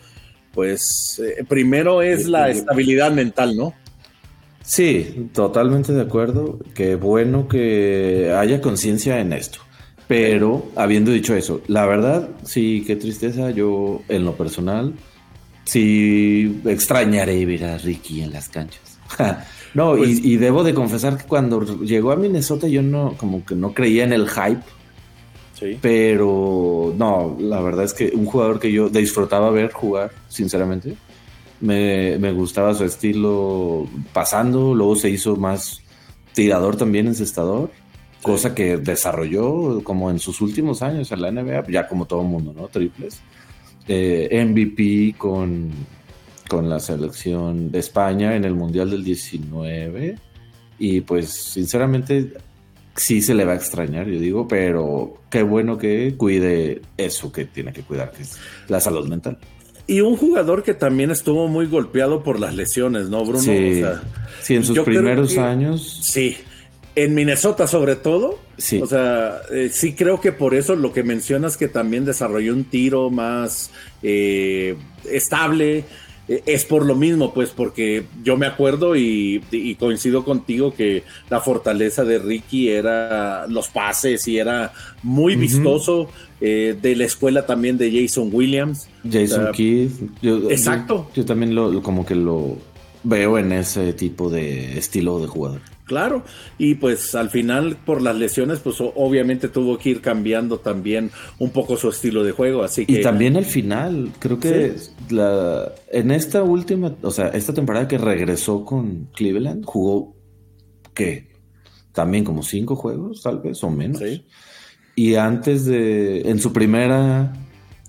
[SPEAKER 1] pues eh, primero es la estabilidad mental, ¿no?
[SPEAKER 3] Sí, totalmente de acuerdo. Qué bueno que haya conciencia en esto. Pero habiendo dicho eso, la verdad, sí, qué tristeza. Yo, en lo personal, sí extrañaré ver a Ricky en las canchas. no, y-
[SPEAKER 1] Pues-
[SPEAKER 3] y, debo de confesar que cuando llegó a Minnesota yo no, como que no creía en el hype,
[SPEAKER 1] Sí.
[SPEAKER 3] pero no, la verdad es que un jugador que yo disfrutaba ver jugar, sinceramente. Me, me gustaba su estilo pasando, luego se hizo más tirador también, encestador, cosa que desarrolló como en sus últimos años en la NBA, ya como todo mundo, ¿no? Triples. Eh, MVP con, con la selección de España en el Mundial del 19. Y pues, sinceramente, sí se le va a extrañar, yo digo, pero qué bueno que cuide eso que tiene que cuidar, que es la salud mental.
[SPEAKER 1] Y un jugador que también estuvo muy golpeado por las lesiones, ¿no, Bruno?
[SPEAKER 3] sí,
[SPEAKER 1] O sea,
[SPEAKER 3] sí, en sus
[SPEAKER 1] yo creo
[SPEAKER 3] primeros
[SPEAKER 1] que-
[SPEAKER 3] años,
[SPEAKER 1] Sí, en Minnesota sobre todo.
[SPEAKER 3] Sí.
[SPEAKER 1] O sea, eh, sí creo que por eso lo que mencionas que también desarrolló un tiro más eh, estable, es por lo mismo, pues, porque yo me acuerdo y, y coincido contigo que la fortaleza de Ricky era los pases y era muy
[SPEAKER 3] Ujú.
[SPEAKER 1] vistoso. eh, de la escuela también de Jason Williams.
[SPEAKER 3] Jason
[SPEAKER 1] O sea,
[SPEAKER 3] Kidd. Yo,
[SPEAKER 1] Eh, exacto.
[SPEAKER 3] Yo, yo también lo, lo- como que lo veo en ese tipo de estilo de jugador.
[SPEAKER 1] Claro, y pues al final por las lesiones, pues o- obviamente tuvo que ir cambiando también un poco su estilo de juego, así que
[SPEAKER 3] Y también al final, creo que la, en esta última, o sea, esta temporada que regresó con Cleveland, jugó, ¿qué? También como cinco juegos, tal vez, o menos.
[SPEAKER 1] Sí.
[SPEAKER 3] Y antes de, en su primera,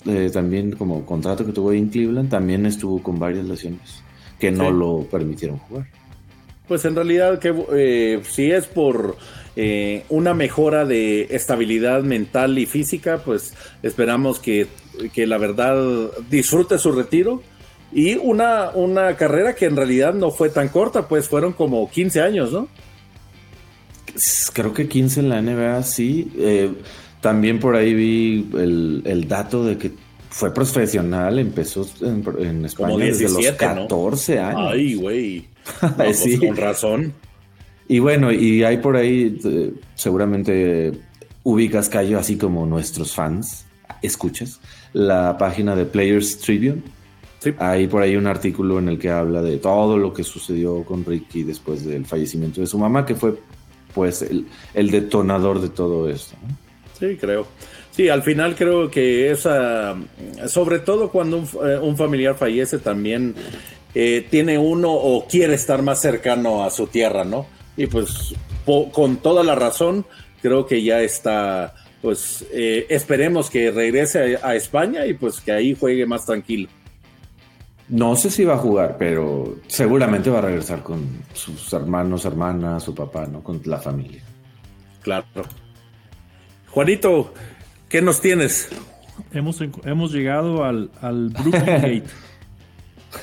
[SPEAKER 3] eh, también como contrato que tuvo ahí en Cleveland, también estuvo con varias lesiones que no
[SPEAKER 1] Sí.
[SPEAKER 3] lo permitieron jugar.
[SPEAKER 1] pues en realidad que eh, si es por eh, una mejora de estabilidad mental y física, pues esperamos que, que la verdad disfrute su retiro y una, una carrera que en realidad no fue tan corta, pues fueron como 15 años, ¿no?
[SPEAKER 3] Creo que 15 en la NBA, sí. Eh, también por ahí vi el, el dato de que fue profesional, empezó en, en España desde los
[SPEAKER 1] 17, ¿no?
[SPEAKER 3] 14 años.
[SPEAKER 1] Ay, güey. No,
[SPEAKER 3] Ay,
[SPEAKER 1] pues,
[SPEAKER 3] sí.
[SPEAKER 1] Con razón.
[SPEAKER 3] Y bueno, y hay por ahí, eh, seguramente ubicas, Cayo, así como nuestros fans, escuchas, la página de Players Tribune.
[SPEAKER 1] Sí.
[SPEAKER 3] Hay por ahí un artículo en el que habla de todo lo que sucedió con Ricky después del fallecimiento de su mamá, que fue pues el, el detonador de todo esto. ¿no?
[SPEAKER 1] Sí, creo. Sí, al final creo que esa, sobre todo cuando un, eh, un familiar fallece también eh, tiene uno o quiere estar más cercano a su tierra, ¿no? Y pues po- con toda la razón creo que ya está, pues eh, esperemos que regrese a, a España y pues que ahí juegue más tranquilo.
[SPEAKER 3] No sé si va a jugar, pero seguramente va a regresar con sus hermanos, hermanas, su papá, ¿no? Con la familia.
[SPEAKER 1] Claro. Juanito, ¿qué nos tienes?
[SPEAKER 2] Hemos, enco- hemos llegado al, al Brooklyn Gate.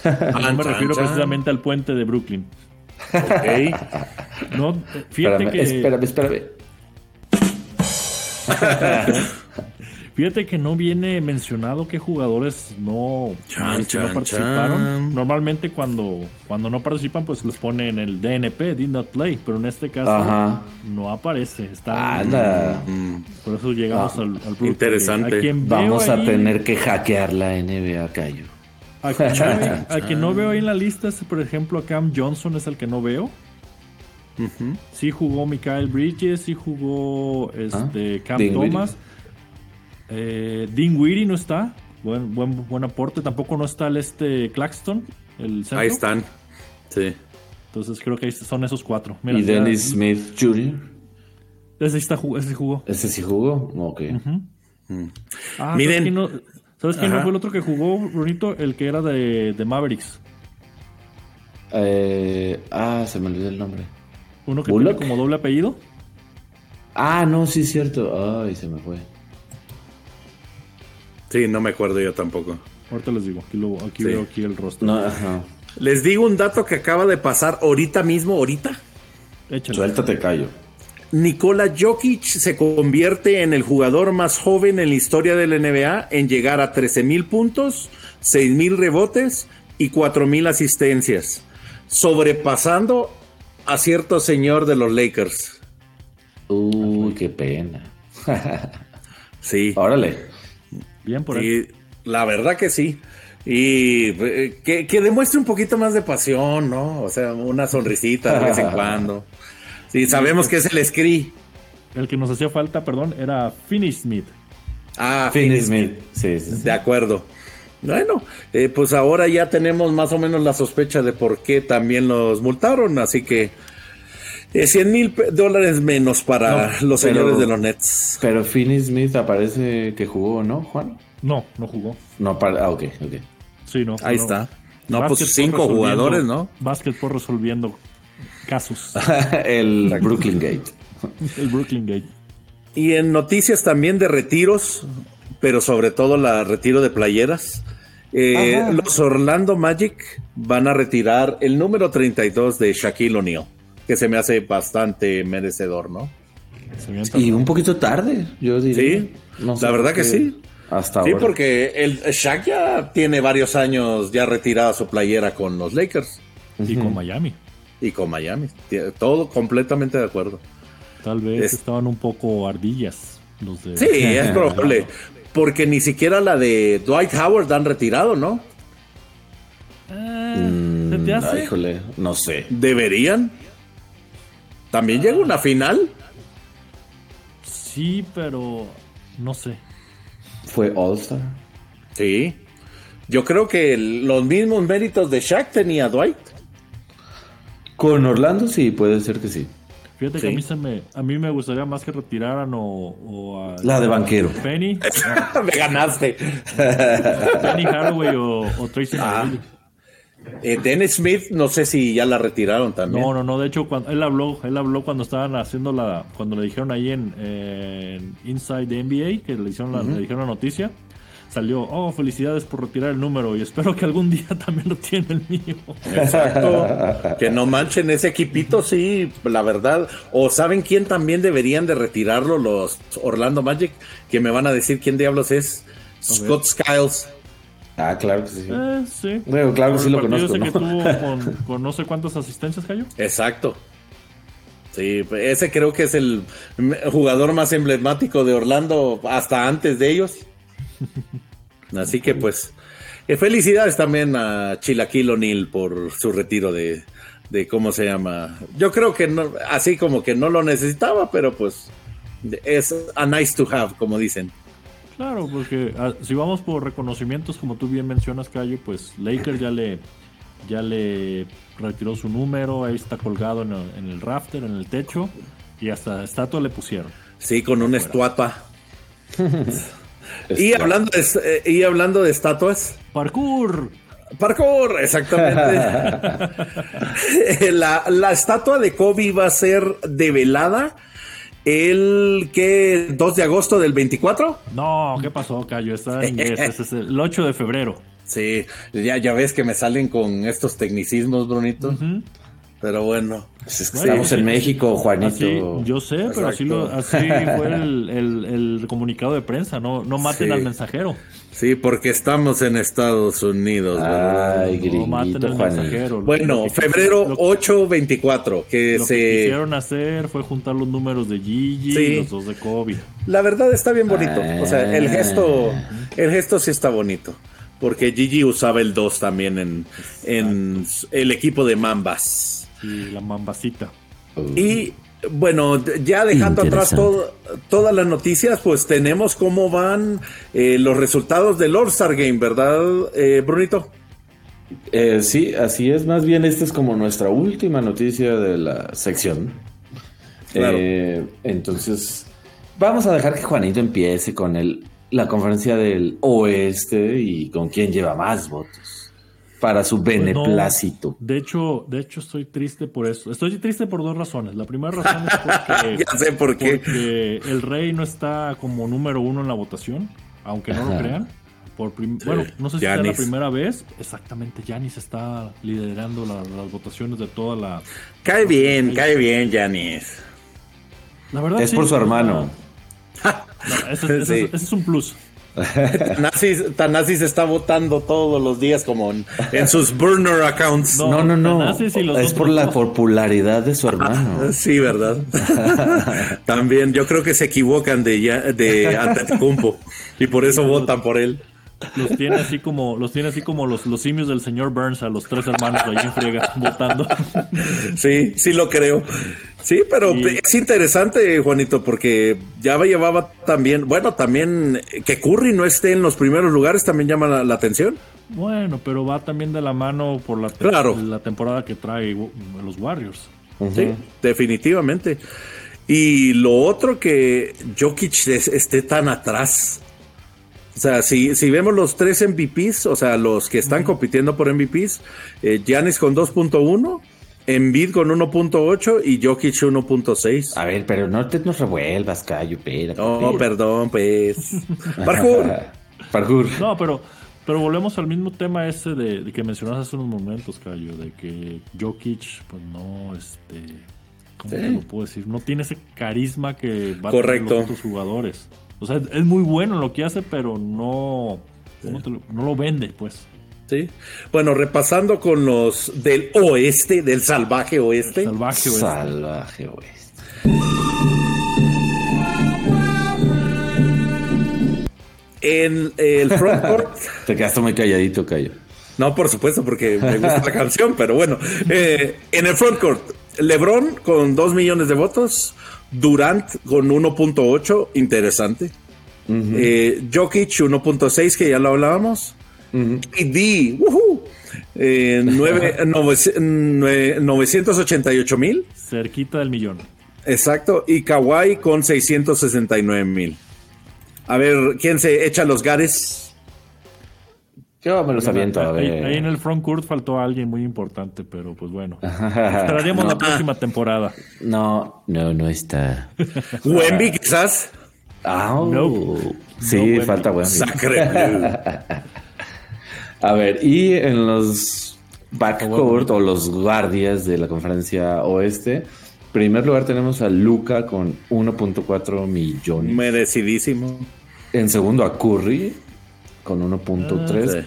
[SPEAKER 2] Ah, No me refiero precisamente al puente de Brooklyn.
[SPEAKER 1] Ok.
[SPEAKER 2] No, eh, fíjate
[SPEAKER 3] espérame,
[SPEAKER 2] que.
[SPEAKER 3] espérame, espérame.
[SPEAKER 2] Fíjate que no viene mencionado qué jugadores no,
[SPEAKER 1] Chan,
[SPEAKER 2] este, no
[SPEAKER 1] chan,
[SPEAKER 2] participaron.
[SPEAKER 1] chan.
[SPEAKER 2] Normalmente cuando, cuando no participan, pues les ponen el DNP, did not play, pero en este caso
[SPEAKER 3] Ajá.
[SPEAKER 2] no aparece. Está,
[SPEAKER 3] Anda.
[SPEAKER 1] Mm,
[SPEAKER 2] Por eso llegamos al, al Brooklyn.
[SPEAKER 1] interesante.
[SPEAKER 2] A quien veo
[SPEAKER 3] Vamos a
[SPEAKER 2] ahí-
[SPEAKER 3] tener que hackear la NBA, Cayo.
[SPEAKER 2] A quien, no veo- a quien no veo ahí en la lista es, por ejemplo, a Cam Johnson es el que no veo.
[SPEAKER 1] ujú. Ah,
[SPEAKER 2] Sí jugó Michael Bridges, sí jugó este, Cam
[SPEAKER 3] Dinwiddie.
[SPEAKER 2] Thomas. Eh, Dean Weary no está. Buen, buen, buen aporte. Tampoco no está el este Claxton, el centro.
[SPEAKER 1] Ahí están. Sí.
[SPEAKER 2] Entonces creo que ahí son esos cuatro. Mira,
[SPEAKER 3] y
[SPEAKER 2] ya-
[SPEAKER 3] Dennis Smith Jr.
[SPEAKER 2] Ese, está, jug- ese jugó.
[SPEAKER 3] ¿Ese sí jugó? Ok.
[SPEAKER 2] Ujú.
[SPEAKER 1] Mm.
[SPEAKER 2] Ah,
[SPEAKER 1] Miren.
[SPEAKER 2] ¿Sabes quién, no, ¿sabes quién no
[SPEAKER 1] Ajá.
[SPEAKER 2] fue el otro que jugó, Brunito? El que era de, de Mavericks.
[SPEAKER 3] Eh, ah, se me olvidó el nombre.
[SPEAKER 2] Uno que
[SPEAKER 3] Bullock.
[SPEAKER 2] tiene como doble apellido.
[SPEAKER 3] Ah, no, sí es cierto. Ay, se me fue.
[SPEAKER 1] Sí, no me acuerdo yo tampoco.
[SPEAKER 2] Ahorita les digo. Aquí, lo, aquí
[SPEAKER 1] Sí.
[SPEAKER 2] veo aquí el rostro.
[SPEAKER 3] No, ajá.
[SPEAKER 1] Les digo un dato que acaba de pasar ahorita mismo, ahorita.
[SPEAKER 2] Échale.
[SPEAKER 3] Suéltate, Cayo.
[SPEAKER 1] Nikola Jokic se convierte en el jugador más joven en la historia de la NBA en llegar a 13 mil puntos, 6 mil rebotes y 4 mil asistencias, sobrepasando a cierto señor de los Lakers.
[SPEAKER 3] Uy, qué pena.
[SPEAKER 1] Sí,
[SPEAKER 3] Órale.
[SPEAKER 2] Bien por ahí.
[SPEAKER 1] sí, la verdad que sí. Y eh, que, que demuestre un poquito más de pasión, ¿no? O sea, una sonrisita de vez en cuando. Sí, sabemos que es el Scree.
[SPEAKER 2] El que nos hacía falta, perdón, era Finish Smith.
[SPEAKER 1] Ah,
[SPEAKER 3] Finney
[SPEAKER 1] Finney
[SPEAKER 3] Smith. Sí, sí, sí.
[SPEAKER 1] De acuerdo. Bueno, eh, pues ahora ya tenemos más o menos la sospecha de por qué también los multaron, así que eh, 100 mil pe- dólares menos para los
[SPEAKER 3] pero-
[SPEAKER 1] señores de los Nets.
[SPEAKER 3] Pero Finney Smith aparece que jugó, ¿no, Juan?
[SPEAKER 2] No, no jugó.
[SPEAKER 3] No, apare- ah, ok, ok.
[SPEAKER 2] Sí, no.
[SPEAKER 1] Ahí
[SPEAKER 2] no.
[SPEAKER 1] está. No, pues
[SPEAKER 2] Básquetbol
[SPEAKER 1] cinco
[SPEAKER 2] resolviendo-
[SPEAKER 1] jugadores, ¿no? Ah.
[SPEAKER 2] Básquetbol resolviendo casos.
[SPEAKER 3] el Brooklyn Gate.
[SPEAKER 2] El Brooklyn Gate.
[SPEAKER 1] Y en noticias también de retiros, pero sobre todo la retiro de playeras. eh,
[SPEAKER 3] Ajá.
[SPEAKER 1] los Orlando Magic van a retirar el número 32 de Shaquille O'Neal, que se me hace bastante merecedor, ¿no?
[SPEAKER 2] Se avienta.
[SPEAKER 3] Y un poquito tarde, yo diría.
[SPEAKER 1] Sí, la verdad que
[SPEAKER 3] por qué.
[SPEAKER 1] sí.
[SPEAKER 3] Hasta
[SPEAKER 1] Sí,
[SPEAKER 3] ahora.
[SPEAKER 1] porque el Shaq ya tiene varios años ya retirada su playera con los Lakers
[SPEAKER 2] Y con
[SPEAKER 3] Ujú.
[SPEAKER 2] Miami.
[SPEAKER 1] y con Miami. Tie- Todo completamente de acuerdo.
[SPEAKER 2] Tal vez
[SPEAKER 1] Es-
[SPEAKER 2] estaban un poco ardillas los de.
[SPEAKER 1] Sí, es probable. Porque ni siquiera la de Dwight Howard han retirado, ¿no?
[SPEAKER 2] Eh,
[SPEAKER 3] Mm,
[SPEAKER 2] ¿Se te hace?
[SPEAKER 3] ay, híjole, no sé.
[SPEAKER 1] ¿Deberían? ¿También llega una final?
[SPEAKER 2] Sí, pero no sé.
[SPEAKER 3] Fue All-Star.
[SPEAKER 1] Sí. Yo creo que el- los mismos méritos de Shaq tenía Dwight.
[SPEAKER 3] Con Orlando sí, puede ser que sí.
[SPEAKER 2] Fíjate que a
[SPEAKER 1] Sí.
[SPEAKER 2] mí, se me, a mí me gustaría más que retiraran o, o a-
[SPEAKER 3] La de banquero.
[SPEAKER 2] Penny,
[SPEAKER 1] Me ganaste.
[SPEAKER 2] Penny Haraway o, o Tracy
[SPEAKER 1] Ah,
[SPEAKER 2] McGrady.
[SPEAKER 1] Eh, Dennis Smith, no sé si ya la retiraron también.
[SPEAKER 2] No, no, no. De hecho, cuando, él habló, él habló cuando estaban haciendo la, cuando le dijeron ahí en, en Inside NBA que le hicieron, la, le dijeron la noticia. Salió, oh, felicidades por retirar el número y espero que algún día también retiren el mío.
[SPEAKER 1] Exacto. Que no manchen ese equipito, sí, la verdad. O saben quién también deberían de retirarlo los Orlando Magic, que me van a decir quién diablos es. Scott Skiles.
[SPEAKER 3] Ah, claro que sí.
[SPEAKER 2] Eh, sí.
[SPEAKER 3] Bueno, claro que sí lo
[SPEAKER 2] Por el partido
[SPEAKER 3] conozco,
[SPEAKER 2] ese que
[SPEAKER 3] ¿no?
[SPEAKER 2] tuvo con, con no sé cuántas asistencias cayó.
[SPEAKER 1] Exacto. Sí, ese creo que es el m- jugador más emblemático de Orlando hasta antes de ellos. Así que pues eh, felicidades también a Chilaquil O'Neal por su retiro de, de cómo se llama. Yo creo que no, así como que no lo necesitaba, pero pues es a nice to have, como dicen.
[SPEAKER 2] Claro, porque ah, si vamos por reconocimientos, como tú bien mencionas, Cayo, pues Lakers ya le, ya le retiró su número, ahí está colgado en el, en el rafter, en el techo, y hasta estatua le pusieron.
[SPEAKER 1] Sí, con una estuapa. Y
[SPEAKER 3] Este,
[SPEAKER 1] hablando de, es- eh, y hablando de estatuas.
[SPEAKER 2] ¡Parkour!
[SPEAKER 1] Parkour, exactamente. la, la estatua de Kobe va a ser develada el que 2 de agosto del 24.
[SPEAKER 2] No, ¿qué pasó, Cayo? Está en inglés, ese es el 8 de febrero.
[SPEAKER 1] Sí, ya, ya ves que me salen con estos tecnicismos, Brunito.
[SPEAKER 2] Ujú.
[SPEAKER 1] Pero bueno.
[SPEAKER 3] pues es que
[SPEAKER 2] Bueno,
[SPEAKER 3] estamos
[SPEAKER 2] sí.
[SPEAKER 3] en México,
[SPEAKER 2] Así,
[SPEAKER 3] Juanito.
[SPEAKER 2] yo sé, pero así, lo, así fue el, el- el comunicado de prensa, no, no maten
[SPEAKER 1] Sí.
[SPEAKER 2] al mensajero.
[SPEAKER 1] Sí, porque estamos en Estados Unidos. ¿verdad?
[SPEAKER 3] Ay,
[SPEAKER 2] No maten
[SPEAKER 3] gringuito,
[SPEAKER 2] al
[SPEAKER 3] Juanito.
[SPEAKER 2] mensajero. Lo
[SPEAKER 1] Bueno,
[SPEAKER 2] que-
[SPEAKER 1] febrero
[SPEAKER 2] lo que-
[SPEAKER 1] 8-24, que
[SPEAKER 2] Lo que
[SPEAKER 1] se...
[SPEAKER 2] quisieron hacer fue juntar los números de Gigi
[SPEAKER 1] Sí.
[SPEAKER 2] y los dos de Kobe.
[SPEAKER 1] La verdad está bien bonito. O sea, el
[SPEAKER 3] Ah.
[SPEAKER 1] gesto, el gesto sí está bonito. Porque Gigi usaba el 2 también en, en el equipo de Mambas.
[SPEAKER 2] Y la mambacita.
[SPEAKER 1] Y bueno, ya dejando atrás todo- todas las noticias, pues tenemos cómo van eh, los resultados del All-Star Game, ¿verdad, eh, Brunito?
[SPEAKER 3] Eh, sí, así es. Más bien, esta es como nuestra última noticia de la sección.
[SPEAKER 1] Claro.
[SPEAKER 3] Eh, entonces, vamos a dejar que Juanito empiece con el, la conferencia del oeste y con quién lleva más votos para su
[SPEAKER 2] Pues
[SPEAKER 3] beneplácito.
[SPEAKER 2] De hecho, de hecho estoy triste por eso. Estoy triste por dos razones. La primera razón es porque,
[SPEAKER 1] Ya sé por qué.
[SPEAKER 2] porque el rey no está como número uno en la votación, aunque no lo
[SPEAKER 3] Ajá.
[SPEAKER 2] crean. Por prim- bueno, no sé si sea la
[SPEAKER 1] Giannis.
[SPEAKER 2] primera vez. Exactamente, Yanis está liderando la- las votaciones de toda la.
[SPEAKER 1] Cae bien, cae bien, Janis.
[SPEAKER 2] La verdad
[SPEAKER 3] Es
[SPEAKER 2] sí,
[SPEAKER 3] por su
[SPEAKER 2] o sea,
[SPEAKER 3] hermano.
[SPEAKER 2] no, ese- ese-
[SPEAKER 1] Sí.
[SPEAKER 2] ese es un plus.
[SPEAKER 1] Tanasi Tanasi se está votando todos los días como en, en sus burner accounts.
[SPEAKER 2] No,
[SPEAKER 3] No, no, no.
[SPEAKER 2] Tanasi sí, los
[SPEAKER 3] Es
[SPEAKER 2] dos
[SPEAKER 3] por la popularidad de su hermano.
[SPEAKER 1] Sí, ¿verdad? También yo creo que se equivocan de, ya, de Antetokounmpo y por eso votan por él.
[SPEAKER 2] Los tiene así como, los tiene así como los, los simios del señor Burns a los tres hermanos ahí en friega votando.
[SPEAKER 1] Sí, sí lo creo. Sí, pero
[SPEAKER 2] Y-
[SPEAKER 1] es interesante, Juanito, porque ya llevaba también, bueno, también eh, que Curry no esté en los primeros lugares también llama la, la atención.
[SPEAKER 2] Bueno, pero va también de la mano por la, te-
[SPEAKER 1] Claro.
[SPEAKER 2] la temporada que trae wo- los Warriors.
[SPEAKER 1] Sí, definitivamente. Y lo otro que Jokic es- esté tan atrás. O sea, si, si vemos los tres MVPs, o sea, los que están compitiendo por MVPs, Janis eh, con 2.1, Embiid con 1.8 y Jokic 1.6.
[SPEAKER 3] A ver, pero no te nos revuelvas, Cayo, espérate.
[SPEAKER 1] No,
[SPEAKER 3] espérate.
[SPEAKER 1] perdón, pues. Parkour.
[SPEAKER 3] Parkour.
[SPEAKER 2] No, pero, pero volvemos al mismo tema ese de, de que mencionaste hace unos momentos, Cayo, de que Jokic, pues no, este, ¿cómo te lo puedo decir? No tiene ese carisma que va a tener
[SPEAKER 1] Correcto.
[SPEAKER 2] los otros jugadores. O sea, es muy bueno lo que hace, pero no, ¿cómo te lo- no lo vende, pues.
[SPEAKER 1] Sí. Bueno, repasando con los del oeste, del salvaje oeste.
[SPEAKER 2] Salvaje, güey.
[SPEAKER 3] Salvaje oeste.
[SPEAKER 1] En el frontcourt.
[SPEAKER 3] Te quedaste muy calladito, Cayo.
[SPEAKER 1] no, por supuesto, porque me gusta la canción, pero bueno. Eh, en el frontcourt, LeBron con 2 millones de votos. Durant con 1.8, interesante.
[SPEAKER 3] Ujú,
[SPEAKER 1] Eh, Jokic 1.6, que ya lo hablábamos.
[SPEAKER 3] ujú.
[SPEAKER 1] Y D, ujú, eh, nueve- nove- nue- 988 mil.
[SPEAKER 2] Cerquita del millón.
[SPEAKER 1] Exacto, y Kawhi con 669 mil. A ver, ¿quién se echa los gares?
[SPEAKER 3] Yo me los aviento, a
[SPEAKER 2] ahí,
[SPEAKER 3] ver.
[SPEAKER 2] ahí en el front court faltó alguien muy importante, pero pues bueno.
[SPEAKER 3] Ah.
[SPEAKER 2] Esperaremos la próxima temporada.
[SPEAKER 3] No, no, no está.
[SPEAKER 1] Wemby quizás.
[SPEAKER 3] Au.
[SPEAKER 2] No. No,
[SPEAKER 3] Sí,
[SPEAKER 2] Wemby.
[SPEAKER 3] falta Wemby.
[SPEAKER 1] Sacre bleu.
[SPEAKER 3] A ver, y en los backcourt o los guardias de la conferencia oeste, primer lugar tenemos a Luca con 1.4 millones.
[SPEAKER 1] Merecidísimo.
[SPEAKER 3] En segundo a Curry con 1.3.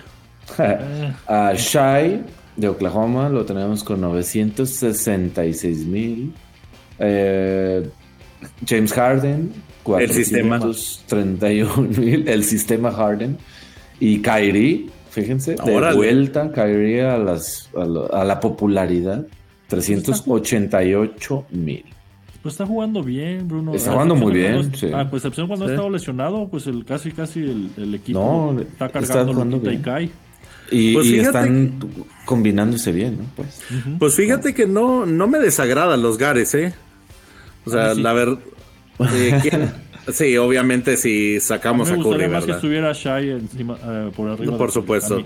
[SPEAKER 3] a Shai de Oklahoma lo tenemos con 966 mil. Eh, James Harden,
[SPEAKER 1] El sistema.
[SPEAKER 3] 431 mil. El sistema Harden. Y Kyrie, fíjense, de
[SPEAKER 1] Órale.
[SPEAKER 3] vuelta Kyrie a, las, a, lo- a la popularidad, 388 mil.
[SPEAKER 2] Pues está jugando bien, Bruno.
[SPEAKER 3] Está
[SPEAKER 2] A
[SPEAKER 3] jugando muy
[SPEAKER 2] excepción cuando-
[SPEAKER 3] bien, sí.
[SPEAKER 2] A excepción cuando
[SPEAKER 1] Sí.
[SPEAKER 2] ha estado lesionado, pues el casi casi el, el equipo
[SPEAKER 3] No,
[SPEAKER 2] está
[SPEAKER 3] está
[SPEAKER 2] cargando
[SPEAKER 3] jugando
[SPEAKER 2] Luquita y
[SPEAKER 3] bien.
[SPEAKER 2] cae.
[SPEAKER 3] Y,
[SPEAKER 1] Pues
[SPEAKER 3] y
[SPEAKER 1] fíjate
[SPEAKER 3] están combinándose bien, ¿no? Pues.
[SPEAKER 1] Pues fíjate que no, no me desagradan los gares, ¿eh? O sea, la verdad. sí, obviamente si sacamos
[SPEAKER 2] Me
[SPEAKER 1] a Curry,
[SPEAKER 2] gustaría más que
[SPEAKER 1] ¿verdad?
[SPEAKER 2] estuviera Shai encima, eh, por arriba.
[SPEAKER 1] Por
[SPEAKER 2] de- a
[SPEAKER 1] supuesto.
[SPEAKER 2] mí.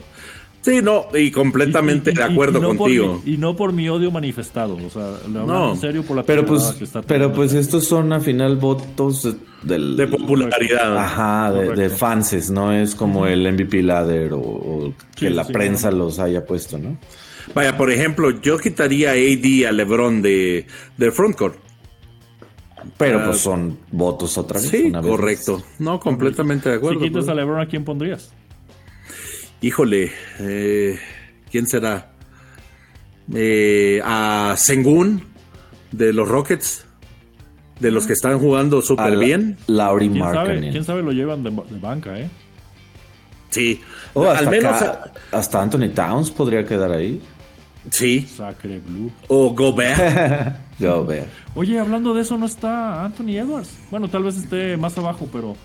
[SPEAKER 1] Sí, no, y completamente
[SPEAKER 2] Y- y-
[SPEAKER 1] de
[SPEAKER 2] y- y
[SPEAKER 1] acuerdo
[SPEAKER 2] no por
[SPEAKER 1] contigo.
[SPEAKER 2] mi- y no por mi odio manifestado. O sea, le hablando
[SPEAKER 1] No,
[SPEAKER 2] en serio por la
[SPEAKER 3] Pero
[SPEAKER 2] temporada
[SPEAKER 3] pues,
[SPEAKER 2] que está
[SPEAKER 3] pero
[SPEAKER 2] teniendo.
[SPEAKER 3] pues estos son al final votos de- del...
[SPEAKER 1] De popularidad.
[SPEAKER 3] Ajá, de, de
[SPEAKER 2] Correcto.
[SPEAKER 3] fanses, no es como el MVP ladder o, o que
[SPEAKER 2] Sí,
[SPEAKER 3] la
[SPEAKER 2] sí,
[SPEAKER 3] prensa
[SPEAKER 2] claro.
[SPEAKER 3] los haya puesto, ¿no?
[SPEAKER 1] Vaya, por ejemplo, yo quitaría AD a LeBron de, del frontcourt.
[SPEAKER 3] Pero
[SPEAKER 1] Ah,
[SPEAKER 3] pues son votos otra vez.
[SPEAKER 1] Sí,
[SPEAKER 3] una vez
[SPEAKER 1] correcto.
[SPEAKER 3] más.
[SPEAKER 1] No, completamente de acuerdo. pues.
[SPEAKER 2] si quitas a
[SPEAKER 1] bro.
[SPEAKER 2] LeBron, ¿a quién pondrías?
[SPEAKER 1] Híjole, eh, ¿quién será? Eh, a Sengun de los Rockets, de los que están jugando
[SPEAKER 3] A
[SPEAKER 1] súper
[SPEAKER 3] la-
[SPEAKER 1] bien.
[SPEAKER 3] Lauri
[SPEAKER 2] ¿Quién sabe,
[SPEAKER 3] Markkanen.
[SPEAKER 2] ¿Quién sabe lo llevan de, ba- de banca, eh?
[SPEAKER 1] Sí,
[SPEAKER 3] O Oh, hasta,
[SPEAKER 1] al menos
[SPEAKER 3] acá- hasta Anthony Towns podría quedar ahí.
[SPEAKER 1] a- sí,
[SPEAKER 2] Sacre Blue.
[SPEAKER 1] o Gobert.
[SPEAKER 3] Yo veo.
[SPEAKER 2] Oye, hablando de eso, no está Anthony Edwards. Bueno, tal vez esté más abajo, pero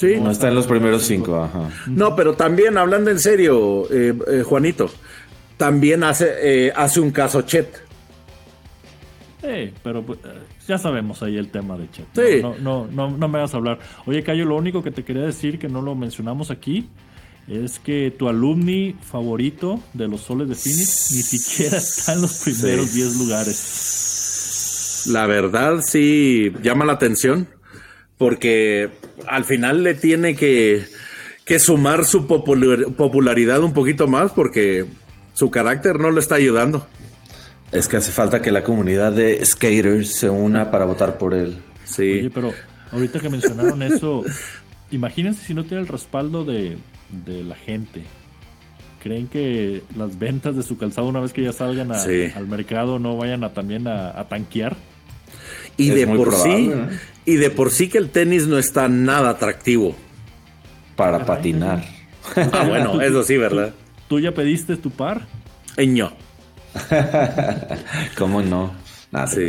[SPEAKER 1] Sí.
[SPEAKER 3] No está en los primeros cinco, ajá.
[SPEAKER 1] No, pero también hablando en serio, eh, eh, Juanito, también hace, eh, hace un caso Chet.
[SPEAKER 2] Eh, pero pues, eh, ya sabemos ahí el tema de Chet.
[SPEAKER 1] Sí.
[SPEAKER 2] No, no, no, no me vas a hablar. Oye, Cayo, lo único que te quería decir que no lo mencionamos aquí es que tu alumni favorito de los soles de Phoenix ni siquiera está en los primeros 10 lugares.
[SPEAKER 1] La verdad sí llama la atención porque al final le tiene que, que sumar su popular- popularidad un poquito más porque su carácter no le está ayudando.
[SPEAKER 3] Es que hace falta que la comunidad de skaters se una para votar por él.
[SPEAKER 1] Sí,
[SPEAKER 2] Oye, pero ahorita que mencionaron eso, imagínense si no tiene el respaldo de, de la gente. ¿Creen que las ventas de su calzado una vez que ya salgan a-
[SPEAKER 1] Sí.
[SPEAKER 2] al mercado no vayan a también a, a tanquear?
[SPEAKER 1] y
[SPEAKER 3] es
[SPEAKER 1] de
[SPEAKER 3] muy
[SPEAKER 1] por sí,
[SPEAKER 3] probable, ¿no?
[SPEAKER 1] y de por sí que el tenis no está nada atractivo.
[SPEAKER 3] Para patinar.
[SPEAKER 1] Ah, bueno, eso sí, ¿verdad?
[SPEAKER 2] ¿Tú ya pediste tu par?
[SPEAKER 1] Eh, No.
[SPEAKER 3] ¿Cómo no? Nada,
[SPEAKER 1] Sí.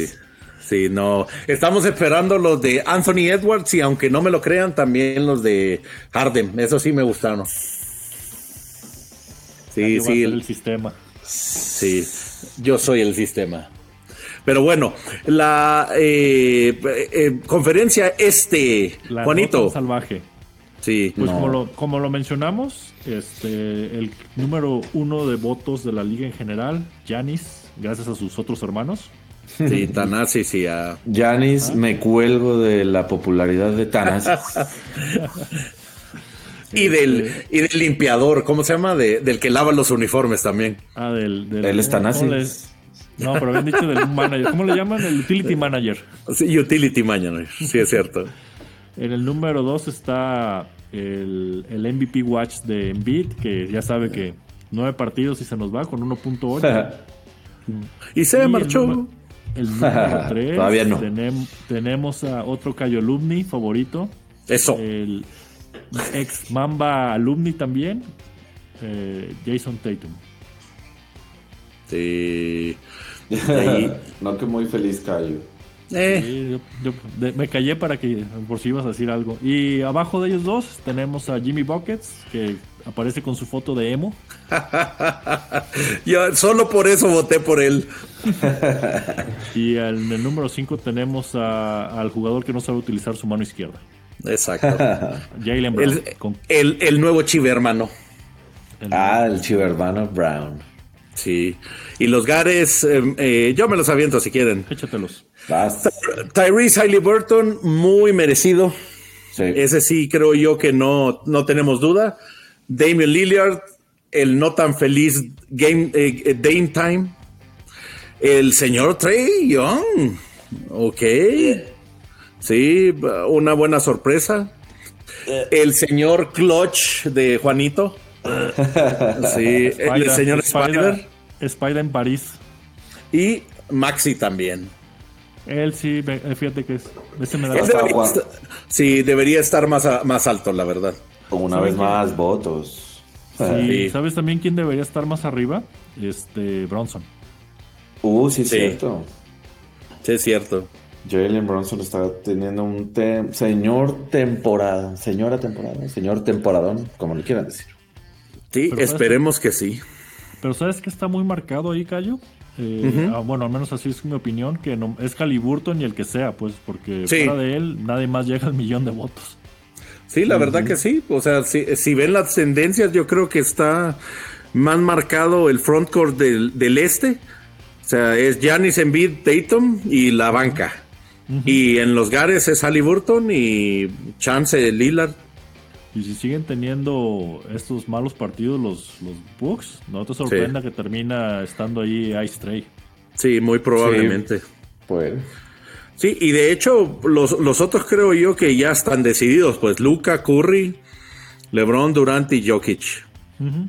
[SPEAKER 1] Sí, no. Estamos esperando los de Anthony Edwards y aunque no me lo crean, también los de Harden. Eso sí me gustaron. Sí,
[SPEAKER 2] Que va a
[SPEAKER 1] sí.
[SPEAKER 2] ser el sistema.
[SPEAKER 1] Sí, yo soy el sistema. Pero bueno, la eh, eh, conferencia este,
[SPEAKER 2] La
[SPEAKER 1] Juanito.
[SPEAKER 2] nota salvaje.
[SPEAKER 1] Sí,
[SPEAKER 2] Pues
[SPEAKER 3] No.
[SPEAKER 2] como, lo, como lo mencionamos, este, el número uno de votos de la liga en general, Yanis, gracias a sus otros hermanos.
[SPEAKER 1] sí, Tanasi, sí. ah.
[SPEAKER 3] Janis, me cuelgo de la popularidad de Tanas.
[SPEAKER 1] Y, del, y del limpiador, ¿cómo se llama? De- del que lava los uniformes también.
[SPEAKER 2] Ah, del... del
[SPEAKER 3] Él es
[SPEAKER 2] ¿cómo
[SPEAKER 3] Tanasi.
[SPEAKER 2] les- No, pero habían dicho del manager. ¿Cómo le llaman? El utility manager.
[SPEAKER 1] Sí, utility mañana, sí es cierto.
[SPEAKER 2] En el número 2 está el, el MVP Watch de Embiid, que ya sabe que nueve partidos y se nos va con 1.8.
[SPEAKER 1] Y
[SPEAKER 2] Y
[SPEAKER 1] se
[SPEAKER 2] el
[SPEAKER 1] Eh, marchó.
[SPEAKER 2] número- El número 3.
[SPEAKER 3] Todavía no.
[SPEAKER 2] tenemos a otro Cayo Alumni favorito.
[SPEAKER 1] Eso.
[SPEAKER 2] El ex Mamba Alumni también. eh, Jason Tatum.
[SPEAKER 1] Sí. Ahí.
[SPEAKER 3] no que muy feliz, Cayo.
[SPEAKER 1] Eh,
[SPEAKER 2] Sí, yo- yo de- me callé para que por si ibas a decir algo. Y abajo de ellos dos tenemos a Jimmy Buckets, que aparece con su foto de emo.
[SPEAKER 1] yo solo por eso voté por él.
[SPEAKER 2] Y al- en el número 5 tenemos a- al jugador que no sabe utilizar su mano izquierda.
[SPEAKER 1] Exacto.
[SPEAKER 2] Jalen Brown.
[SPEAKER 1] El,
[SPEAKER 2] con-
[SPEAKER 1] el- el nuevo chive, hermano.
[SPEAKER 2] el-
[SPEAKER 3] Ah, el chivermano Brown.
[SPEAKER 1] Sí. Y los Gares, eh, eh, yo me los aviento si quieren.
[SPEAKER 2] Échatelos.
[SPEAKER 3] Vas.
[SPEAKER 1] Tyrese Halliburton, muy merecido.
[SPEAKER 3] Sí.
[SPEAKER 1] Ese sí creo yo que no, no tenemos duda. Damian Lillard, el no tan feliz game, eh, eh, Dame Time. El señor Trey Young. Ok. Sí, una buena sorpresa. El señor Clutch de Juanito. Sí, el
[SPEAKER 2] Spider-
[SPEAKER 1] señor Spider.
[SPEAKER 2] Spider en París.
[SPEAKER 1] Y Maxi también.
[SPEAKER 2] Él sí, me- eh, fíjate que es. Ese me da
[SPEAKER 1] Él
[SPEAKER 3] Él
[SPEAKER 2] la-
[SPEAKER 3] estaba
[SPEAKER 1] debería
[SPEAKER 3] jugando.
[SPEAKER 1] estar- sí, debería estar más, a- más alto, la verdad.
[SPEAKER 3] Una vez más, votos.
[SPEAKER 2] Sí,
[SPEAKER 1] Sí.
[SPEAKER 2] ¿Sabes también quién debería estar más arriba? Este, Bronson.
[SPEAKER 3] Uh, sí, es
[SPEAKER 1] Sí.
[SPEAKER 3] cierto.
[SPEAKER 1] Sí, es cierto.
[SPEAKER 3] Jalen Bronson está teniendo un tem- señor temporada, señora temporada, señor temporadón, como le quieran decir.
[SPEAKER 1] Sí,
[SPEAKER 2] Pero
[SPEAKER 1] esperemos que sí.
[SPEAKER 2] Pero ¿sabes que está muy marcado ahí, Cayo? Eh, ah, bueno, al menos así es mi opinión, que no, es Caliburton y el que sea, pues, porque
[SPEAKER 1] Sí.
[SPEAKER 2] fuera de él nadie más llega al millón de votos.
[SPEAKER 1] Sí, la verdad que sí. O sea, si, si ven las tendencias, yo creo que está más marcado el frontcourt del, del este. O sea, es Giannis Embiid, Tatum y la banca. Y en los gares es Halliburton y Chance Lillard.
[SPEAKER 2] Y si siguen teniendo estos malos partidos los, los Bucks, no te sorprenda que termina estando ahí Ice Tray.
[SPEAKER 1] Sí, muy probablemente.
[SPEAKER 3] Pues,
[SPEAKER 1] Sí, y de hecho, los, los otros creo yo que ya están decididos. Pues Luca, Curry, LeBron, Durant y Jokic.
[SPEAKER 2] Ujú.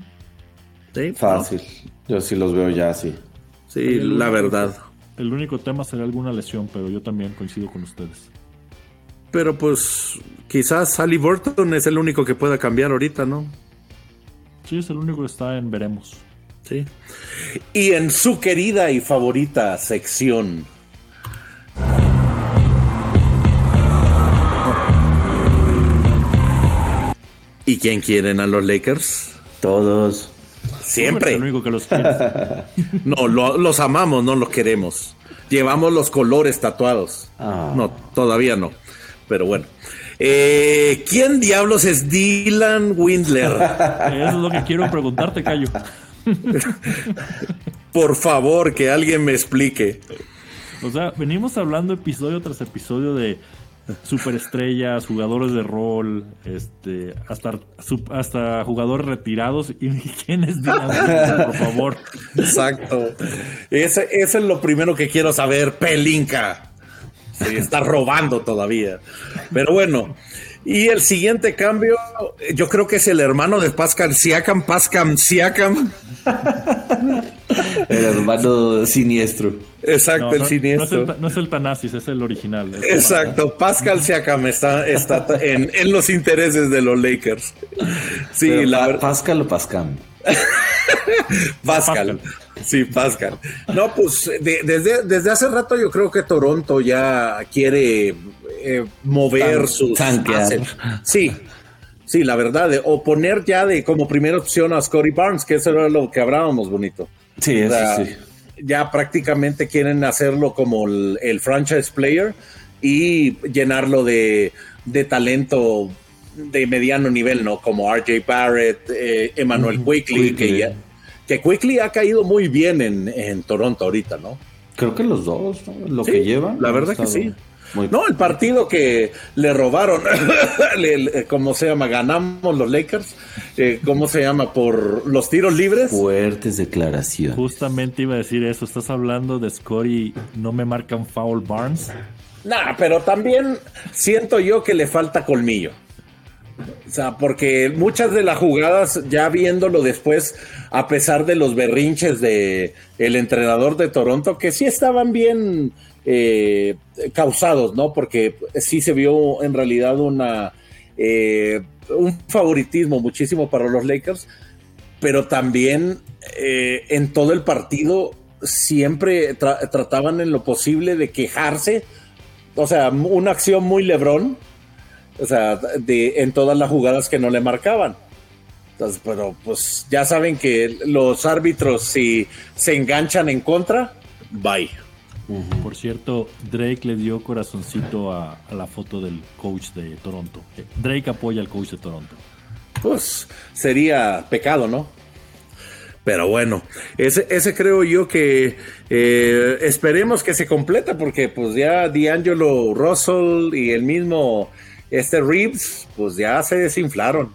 [SPEAKER 1] Sí,
[SPEAKER 3] fácil. Yo sí los veo ya así.
[SPEAKER 1] Sí, la verdad.
[SPEAKER 2] El único tema será alguna lesión, pero yo también coincido con ustedes.
[SPEAKER 1] Pero pues quizás Sally Burton es el único que pueda cambiar ahorita, ¿no?
[SPEAKER 2] Sí, es el único que está en veremos.
[SPEAKER 1] Sí. Y en su querida y favorita sección. ¿Y quién quieren a los Lakers?
[SPEAKER 3] Todos.
[SPEAKER 1] Siempre.
[SPEAKER 2] El único que los quiere.
[SPEAKER 1] No, lo- los amamos, no los queremos. Llevamos los colores tatuados.
[SPEAKER 3] Ah.
[SPEAKER 1] No, todavía no. Pero bueno. Eh, ¿Quién diablos es Dylan Windler?
[SPEAKER 2] Eso es lo que quiero preguntarte, Cayo.
[SPEAKER 1] Por favor, que alguien me explique.
[SPEAKER 2] O sea, venimos hablando episodio tras episodio de superestrellas, jugadores de rol, este, hasta, sup- hasta jugadores retirados. ¿Y quién es Dylan Windler, por favor?
[SPEAKER 1] Exacto. Ese, ese es lo primero que quiero saber, Pelinka. Se está robando todavía. Pero bueno. Y el siguiente cambio, yo creo que es el hermano de Pascal Siakam, Pascal Siakam.
[SPEAKER 3] El hermano siniestro.
[SPEAKER 1] Exacto,
[SPEAKER 2] No,
[SPEAKER 1] el
[SPEAKER 2] no- no es
[SPEAKER 1] siniestro.
[SPEAKER 2] el, ta- no es el Tanasis, es el original. Es-
[SPEAKER 1] Exacto, Pascal Siakam está, está en, en los intereses de los Lakers. Sí,
[SPEAKER 3] Pero
[SPEAKER 1] la
[SPEAKER 3] Pa-
[SPEAKER 1] verdad,
[SPEAKER 3] Pascal o Pascam.
[SPEAKER 1] Pascal. Sí, Pascal. No, pues de- desde, desde hace rato yo creo que Toronto ya quiere eh, mover
[SPEAKER 3] Tan-
[SPEAKER 1] sus
[SPEAKER 3] tanquear.
[SPEAKER 1] assets. Sí, sí, la verdad, de, o poner ya de como primera opción a Scotty Barnes, que eso era lo que hablábamos, bonito.
[SPEAKER 3] Sí,
[SPEAKER 1] O
[SPEAKER 3] eso
[SPEAKER 1] sea,
[SPEAKER 3] sí.
[SPEAKER 1] Ya prácticamente quieren hacerlo como el, el franchise player y llenarlo de, de talento de mediano nivel, ¿no? Como RJ Barrett, eh, Emmanuel Quickly, que
[SPEAKER 3] Quickly.
[SPEAKER 1] ya- que Quickly ha caído muy bien en, en Toronto ahorita, ¿no?
[SPEAKER 3] Creo que los dos, ¿no? Lo
[SPEAKER 1] Sí,
[SPEAKER 3] que llevan.
[SPEAKER 1] la verdad
[SPEAKER 3] ha
[SPEAKER 1] que
[SPEAKER 3] estado
[SPEAKER 1] sí.
[SPEAKER 3] Muy
[SPEAKER 1] No, el partido que le robaron, le- le- ¿cómo se llama? Ganamos los Lakers, eh, ¿cómo se llama? Por los tiros libres.
[SPEAKER 3] fuertes declaraciones.
[SPEAKER 2] Justamente iba a decir eso. Estás hablando de Scotty, no me marcan Foul Barnes.
[SPEAKER 1] Nah, pero también siento yo que le falta colmillo. O sea, porque muchas de las jugadas, ya viéndolo después, a pesar de los berrinches de el entrenador de Toronto, que sí estaban bien eh, causados, ¿no? Porque sí se vio en realidad una eh, un favoritismo muchísimo para los Lakers, pero también eh, en todo el partido siempre tra- trataban en lo posible de quejarse. O sea, una acción muy lebrón, o sea, de, en todas las jugadas que no le marcaban. Entonces, pero pues ya saben que los árbitros si se enganchan en contra, bye.
[SPEAKER 2] Por cierto, Drake le dio corazoncito a, a la foto del coach de Toronto. Eh, Drake apoya al coach de Toronto.
[SPEAKER 1] Pues sería pecado, ¿no? Pero bueno, ese, ese creo yo que eh, esperemos que se complete porque pues ya D'Angelo Russell y el mismo este Reeves pues ya se desinflaron.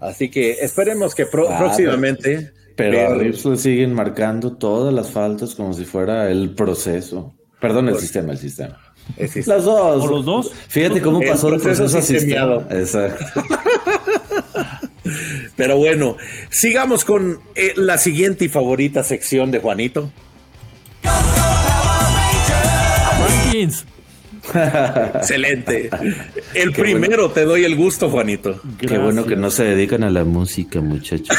[SPEAKER 1] Así que esperemos que pro-
[SPEAKER 3] Ah,
[SPEAKER 1] próximamente...
[SPEAKER 3] Pero
[SPEAKER 1] vean-
[SPEAKER 3] a Reeves le siguen marcando todas las faltas como si fuera el proceso. Perdón, el
[SPEAKER 1] Pues-
[SPEAKER 3] sistema, el sistema.
[SPEAKER 1] existe.
[SPEAKER 3] Las dos.
[SPEAKER 2] ¿O los dos?
[SPEAKER 3] Fíjate cómo
[SPEAKER 1] El
[SPEAKER 3] pasó el
[SPEAKER 1] proceso
[SPEAKER 3] proceso, a sistema.
[SPEAKER 1] sistemiado.
[SPEAKER 3] Exacto.
[SPEAKER 1] Pero bueno, sigamos con eh, la siguiente y favorita sección de Juanito.
[SPEAKER 2] Rankings.
[SPEAKER 1] Excelente. El
[SPEAKER 3] Qué
[SPEAKER 1] primero te doy el gusto, Juanito.
[SPEAKER 3] Qué bueno que
[SPEAKER 2] Gracias.
[SPEAKER 3] no se dedican a la música, muchachos.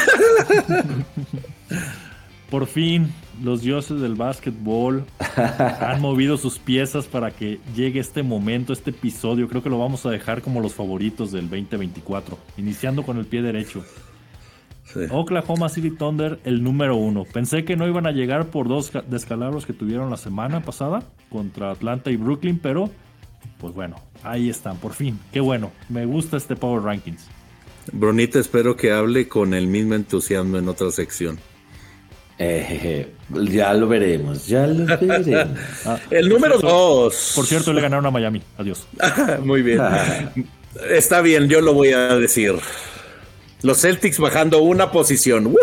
[SPEAKER 2] Por fin, los dioses del básquetbol han movido sus piezas para que llegue este momento, este episodio. Creo que lo vamos a dejar como los favoritos del 2024, iniciando con el pie derecho.
[SPEAKER 1] Sí.
[SPEAKER 2] Oklahoma City Thunder, el número uno. Pensé que no iban a llegar por dos ca- descalabros que tuvieron la semana pasada contra Atlanta y Brooklyn, pero pues bueno, ahí están, por fin. Qué bueno, me gusta este Power Rankings.
[SPEAKER 1] Brunita, espero que hable con el mismo entusiasmo en otra sección.
[SPEAKER 3] Eh, ya lo veremos, ya lo veremos.
[SPEAKER 2] Ah,
[SPEAKER 1] El
[SPEAKER 2] por
[SPEAKER 1] número
[SPEAKER 2] cierto-
[SPEAKER 1] dos.
[SPEAKER 2] Por cierto, le ganaron a Miami. Adiós.
[SPEAKER 1] Muy bien. Está bien, yo lo voy a decir. Los Celtics bajando una posición. ¡Woo!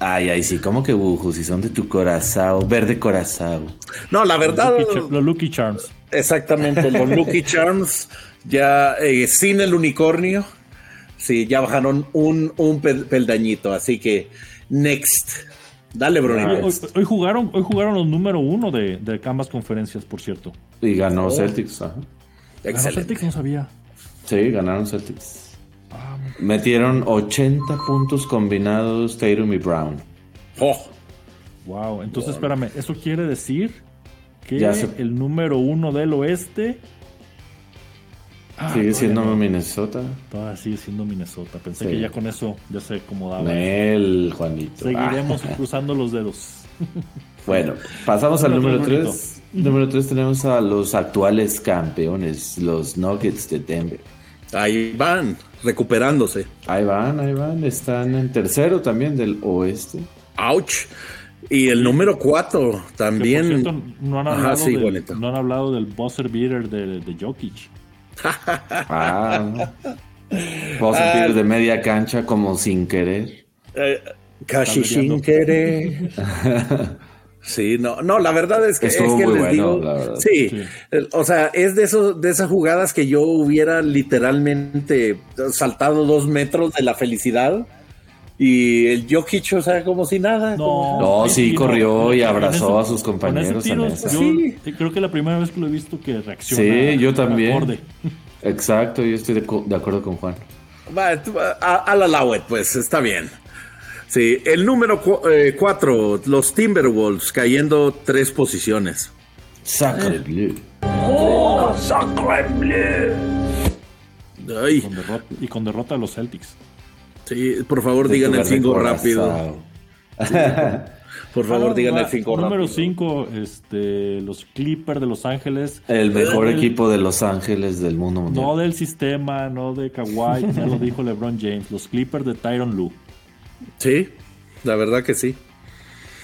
[SPEAKER 3] Ay, ay, sí, como que bujo, si son de tu corazón, verde corazón.
[SPEAKER 1] No, la verdad,
[SPEAKER 2] Lucky Char- Los Lucky Charms.
[SPEAKER 1] exactamente. Los Lucky Charms, ya eh, sin el unicornio, sí, ya bajaron un, un pel- peldañito. Así que, next. Dale,
[SPEAKER 2] Ah,
[SPEAKER 1] Brunita.
[SPEAKER 2] hoy,
[SPEAKER 3] Este.
[SPEAKER 2] hoy jugaron, hoy jugaron los número uno de, de ambas conferencias, por cierto.
[SPEAKER 3] Y ganó
[SPEAKER 1] Oh.
[SPEAKER 3] Celtics. ajá.
[SPEAKER 2] Ganó Celtics,
[SPEAKER 1] Excelente.
[SPEAKER 2] Ah, no sabía.
[SPEAKER 3] Sí, ganaron Celtics. Metieron 80 puntos combinados Tatum y Brown.
[SPEAKER 1] Oh,
[SPEAKER 2] Wow. Entonces, espérame, eso quiere decir que
[SPEAKER 3] Ya se-
[SPEAKER 2] el número uno del oeste Ah,
[SPEAKER 3] Sigue
[SPEAKER 2] todavía
[SPEAKER 3] siendo
[SPEAKER 2] no.
[SPEAKER 3] Minnesota.
[SPEAKER 2] todavía sigue siendo Minnesota. Pensé
[SPEAKER 3] Sí.
[SPEAKER 2] que ya con eso ya se acomodaba.
[SPEAKER 3] Nel, Juanito.
[SPEAKER 2] Seguiremos
[SPEAKER 3] Ah,
[SPEAKER 2] cruzando los dedos.
[SPEAKER 3] bueno, pasamos al
[SPEAKER 2] Número
[SPEAKER 3] número
[SPEAKER 2] tres,
[SPEAKER 3] 3. Número 3 tenemos a los actuales campeones, los Nuggets de Denver.
[SPEAKER 1] ahí van, recuperándose.
[SPEAKER 3] Ahí van, ahí van. Están en tercero también del oeste.
[SPEAKER 1] Ouch. Y el número 4
[SPEAKER 2] Que, por
[SPEAKER 1] también.
[SPEAKER 2] cierto, no han
[SPEAKER 1] Ajá,
[SPEAKER 2] hablado,
[SPEAKER 1] sí,
[SPEAKER 2] del,
[SPEAKER 1] bonito.
[SPEAKER 2] no han hablado del buzzer beater de, de Jokic.
[SPEAKER 3] Ah.
[SPEAKER 2] Ah.
[SPEAKER 3] Vos de media cancha como sin querer.
[SPEAKER 1] Eh, casi
[SPEAKER 2] Está mediando.
[SPEAKER 1] sin querer. Sí, no, no, la verdad es que, es
[SPEAKER 3] Estuvo
[SPEAKER 1] que
[SPEAKER 3] muy
[SPEAKER 1] les
[SPEAKER 3] bueno,
[SPEAKER 1] digo,
[SPEAKER 3] la verdad.
[SPEAKER 1] sí,
[SPEAKER 2] Sí.
[SPEAKER 1] el- o sea, es de esos, de esas jugadas que yo hubiera literalmente saltado dos metros de la felicidad y el Jokic, o sea, como si nada. como-
[SPEAKER 3] No,
[SPEAKER 2] ese
[SPEAKER 3] sí,
[SPEAKER 2] tiro,
[SPEAKER 3] corrió
[SPEAKER 2] con
[SPEAKER 3] y
[SPEAKER 2] ese-
[SPEAKER 3] abrazó
[SPEAKER 2] con
[SPEAKER 3] a sus compañeros
[SPEAKER 2] con ese tiro,
[SPEAKER 3] en esa.
[SPEAKER 2] Yo
[SPEAKER 1] Sí.
[SPEAKER 2] te- creo que la primera vez que lo he visto que reacciona.
[SPEAKER 3] Sí, yo también.
[SPEAKER 2] acorde.
[SPEAKER 3] Exacto, yo estoy de, co- de acuerdo con Juan.
[SPEAKER 1] Va, tú, a- a la Lawet, pues está bien. Sí, el número 4, los Timberwolves cayendo tres posiciones.
[SPEAKER 2] Ah.
[SPEAKER 3] Sacre bleu.
[SPEAKER 1] Ay,
[SPEAKER 2] Con derrota- y con derrota a los Celtics.
[SPEAKER 1] sí, por favor,
[SPEAKER 3] De
[SPEAKER 1] digan
[SPEAKER 3] tu
[SPEAKER 1] el
[SPEAKER 3] verde
[SPEAKER 1] 5
[SPEAKER 3] corazón.
[SPEAKER 1] rápido. Por favor,
[SPEAKER 2] Ah,
[SPEAKER 1] digan
[SPEAKER 2] va,
[SPEAKER 1] el 5 rápido.
[SPEAKER 2] Número 5, este, los Clippers de Los Ángeles.
[SPEAKER 3] El mejor
[SPEAKER 2] Del-
[SPEAKER 3] equipo de Los Ángeles del mundo mundial.
[SPEAKER 2] No del sistema, no de Kawhi, ya lo dijo LeBron James. Los Clippers de Tyron Lue.
[SPEAKER 1] Sí, la verdad que sí.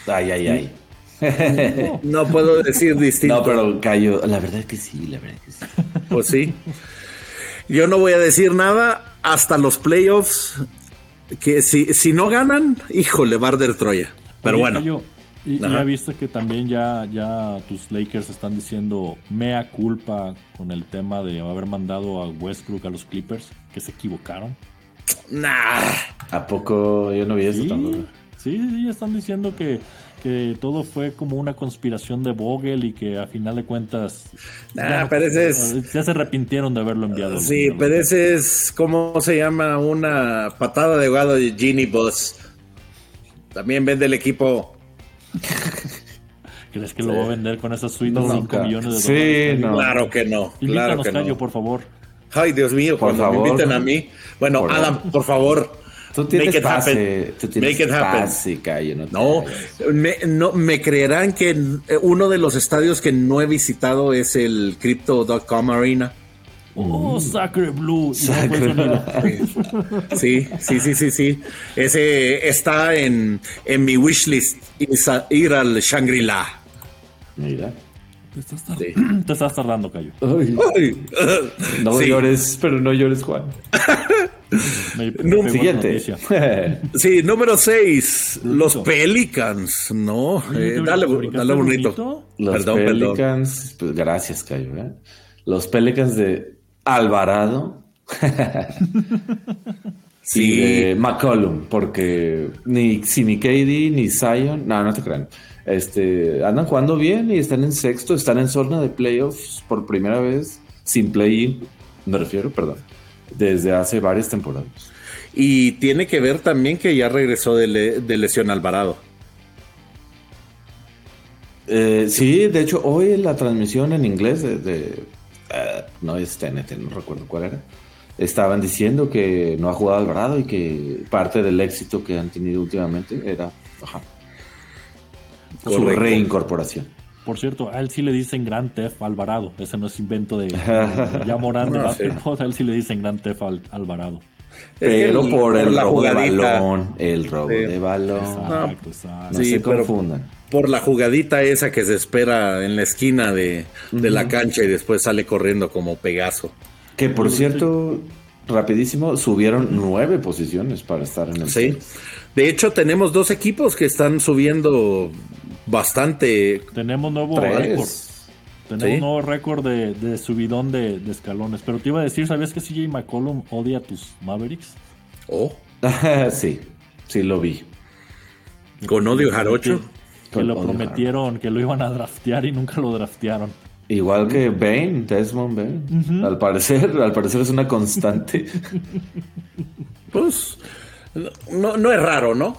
[SPEAKER 3] Ay, ay, ay.
[SPEAKER 1] No puedo decir distinto.
[SPEAKER 3] No, pero cayó. La verdad que sí, la verdad que sí.
[SPEAKER 1] Pues sí. Yo no voy a decir nada hasta los playoffs. Que si, si no ganan, híjole, Barder Troya. Pero
[SPEAKER 2] Oye,
[SPEAKER 1] bueno,
[SPEAKER 2] Cayo, Y
[SPEAKER 1] Ajá.
[SPEAKER 2] ya viste que también ya, ya tus Lakers están diciendo mea culpa con el tema de haber mandado a Westbrook a los Clippers, que se equivocaron.
[SPEAKER 1] Nah.
[SPEAKER 3] ¿A poco yo no vi eso
[SPEAKER 2] Sí,
[SPEAKER 3] tampoco?
[SPEAKER 2] sí, sí, están diciendo que, que todo fue como una conspiración de Vogel y que a final de cuentas
[SPEAKER 1] Nah,
[SPEAKER 2] ya, no-
[SPEAKER 1] pero ese es-
[SPEAKER 2] ya se arrepintieron de haberlo enviado.
[SPEAKER 1] Sí,
[SPEAKER 2] Enviado.
[SPEAKER 1] pero ese es, ¿cómo se llama? Una patada de ahogado de Genie Boss. También vende el equipo.
[SPEAKER 2] ¿Crees que lo va a vender con esa suite de
[SPEAKER 3] No,
[SPEAKER 2] 5
[SPEAKER 3] nunca.
[SPEAKER 2] millones de
[SPEAKER 3] Sí,
[SPEAKER 2] dólares?
[SPEAKER 3] no.
[SPEAKER 1] Claro que no, claro
[SPEAKER 2] Invítanos,
[SPEAKER 1] que
[SPEAKER 2] Cayo,
[SPEAKER 1] no.
[SPEAKER 2] por favor.
[SPEAKER 1] Ay, Dios mío,
[SPEAKER 3] Por
[SPEAKER 1] cuando
[SPEAKER 3] favor.
[SPEAKER 1] me inviten a mí. Bueno,
[SPEAKER 3] Por
[SPEAKER 1] Adam, por favor.
[SPEAKER 3] Tú tienes
[SPEAKER 1] Make it happen.
[SPEAKER 3] pase, tú tienes
[SPEAKER 1] Make it happen.
[SPEAKER 3] pase, Cayo, no te
[SPEAKER 1] No,
[SPEAKER 3] hagas.
[SPEAKER 1] me, no, me creerán que eh, uno de los estadios que no he visitado es el Crypto.com Arena. Mm.
[SPEAKER 2] Oh, Sacre Blue. Y no fue
[SPEAKER 3] Sacre.
[SPEAKER 2] sonido.
[SPEAKER 1] Sí, sí, sí, sí, sí. Ese está en, en mi wishlist, irse- ir al Shangri-La.
[SPEAKER 3] Mira.
[SPEAKER 2] Te estás, tar-
[SPEAKER 1] Sí.
[SPEAKER 2] te estás tardando, Cayo.
[SPEAKER 3] Ay,
[SPEAKER 1] Ay,
[SPEAKER 3] no
[SPEAKER 1] sí.
[SPEAKER 3] llores, pero no llores, Juan.
[SPEAKER 2] Me- me
[SPEAKER 1] No,
[SPEAKER 2] pegó la
[SPEAKER 3] Siguiente.
[SPEAKER 2] noticia.
[SPEAKER 1] Sí, número 6, los
[SPEAKER 2] Bonito.
[SPEAKER 1] Pelicans, ¿no?
[SPEAKER 2] Oye,
[SPEAKER 1] Eh,
[SPEAKER 2] ¿te
[SPEAKER 1] dale,
[SPEAKER 2] brincaste
[SPEAKER 1] dale bonito.
[SPEAKER 2] bonito?
[SPEAKER 3] Los
[SPEAKER 1] Perdón, perdón.
[SPEAKER 3] Pelicans, pues, gracias, Cayo. ¿eh? Los Pelicans de Alvarado y
[SPEAKER 1] Sí,
[SPEAKER 3] de McCollum, porque ni, si ni KD ni Zion, no, no te crean. Este, andan jugando bien y están en sexto, están en zona de playoffs por primera vez, sin play-in, me refiero, perdón, desde hace varias temporadas.
[SPEAKER 1] y tiene que ver también que ya regresó de, le- de lesión Alvarado.
[SPEAKER 3] Eh, sí, de hecho, hoy en la transmisión en inglés de. de- eh, no es TNT, no recuerdo cuál era. Estaban diciendo que no ha jugado Alvarado y que parte del éxito que han tenido últimamente era ajá, su
[SPEAKER 1] Correcto.
[SPEAKER 3] reincorporación.
[SPEAKER 2] Por cierto, a él sí le dicen Gran Tef Alvarado. Ese no es invento de, de ya Morán de
[SPEAKER 1] Ah, No,
[SPEAKER 2] básquetbol. A él sí le dicen Gran Tef Al- Alvarado.
[SPEAKER 3] Pero
[SPEAKER 1] Es que
[SPEAKER 3] por el
[SPEAKER 1] la
[SPEAKER 3] robo de
[SPEAKER 1] jugadita,
[SPEAKER 3] balón, el robo
[SPEAKER 1] Sí.
[SPEAKER 3] de balón. No,
[SPEAKER 2] Exacto, exacto.
[SPEAKER 1] Sí,
[SPEAKER 3] se
[SPEAKER 1] pero-
[SPEAKER 3] confundan.
[SPEAKER 1] Por la jugadita esa que se espera en la esquina de, de la cancha y después sale corriendo como Pegaso.
[SPEAKER 3] Que por cierto, rapidísimo, subieron nueve posiciones para estar en el.
[SPEAKER 1] Sí. De hecho, tenemos dos equipos que están subiendo bastante.
[SPEAKER 2] Tenemos nuevo récord.
[SPEAKER 3] Tres.
[SPEAKER 2] Tenemos
[SPEAKER 1] Sí.
[SPEAKER 2] nuevo récord de, de subidón de, de escalones. Pero te iba a decir, ¿sabías que CJ McCollum odia a tus Mavericks?
[SPEAKER 1] Oh,
[SPEAKER 3] sí, sí lo vi.
[SPEAKER 1] con odio jarocho.
[SPEAKER 2] Que lo
[SPEAKER 3] Odio a-
[SPEAKER 2] prometieron, que lo iban a draftear y nunca lo draftearon.
[SPEAKER 3] Igual que Bane, Desmond Bane. Al parecer, al parecer es una constante.
[SPEAKER 1] Pues no, no es raro, ¿no?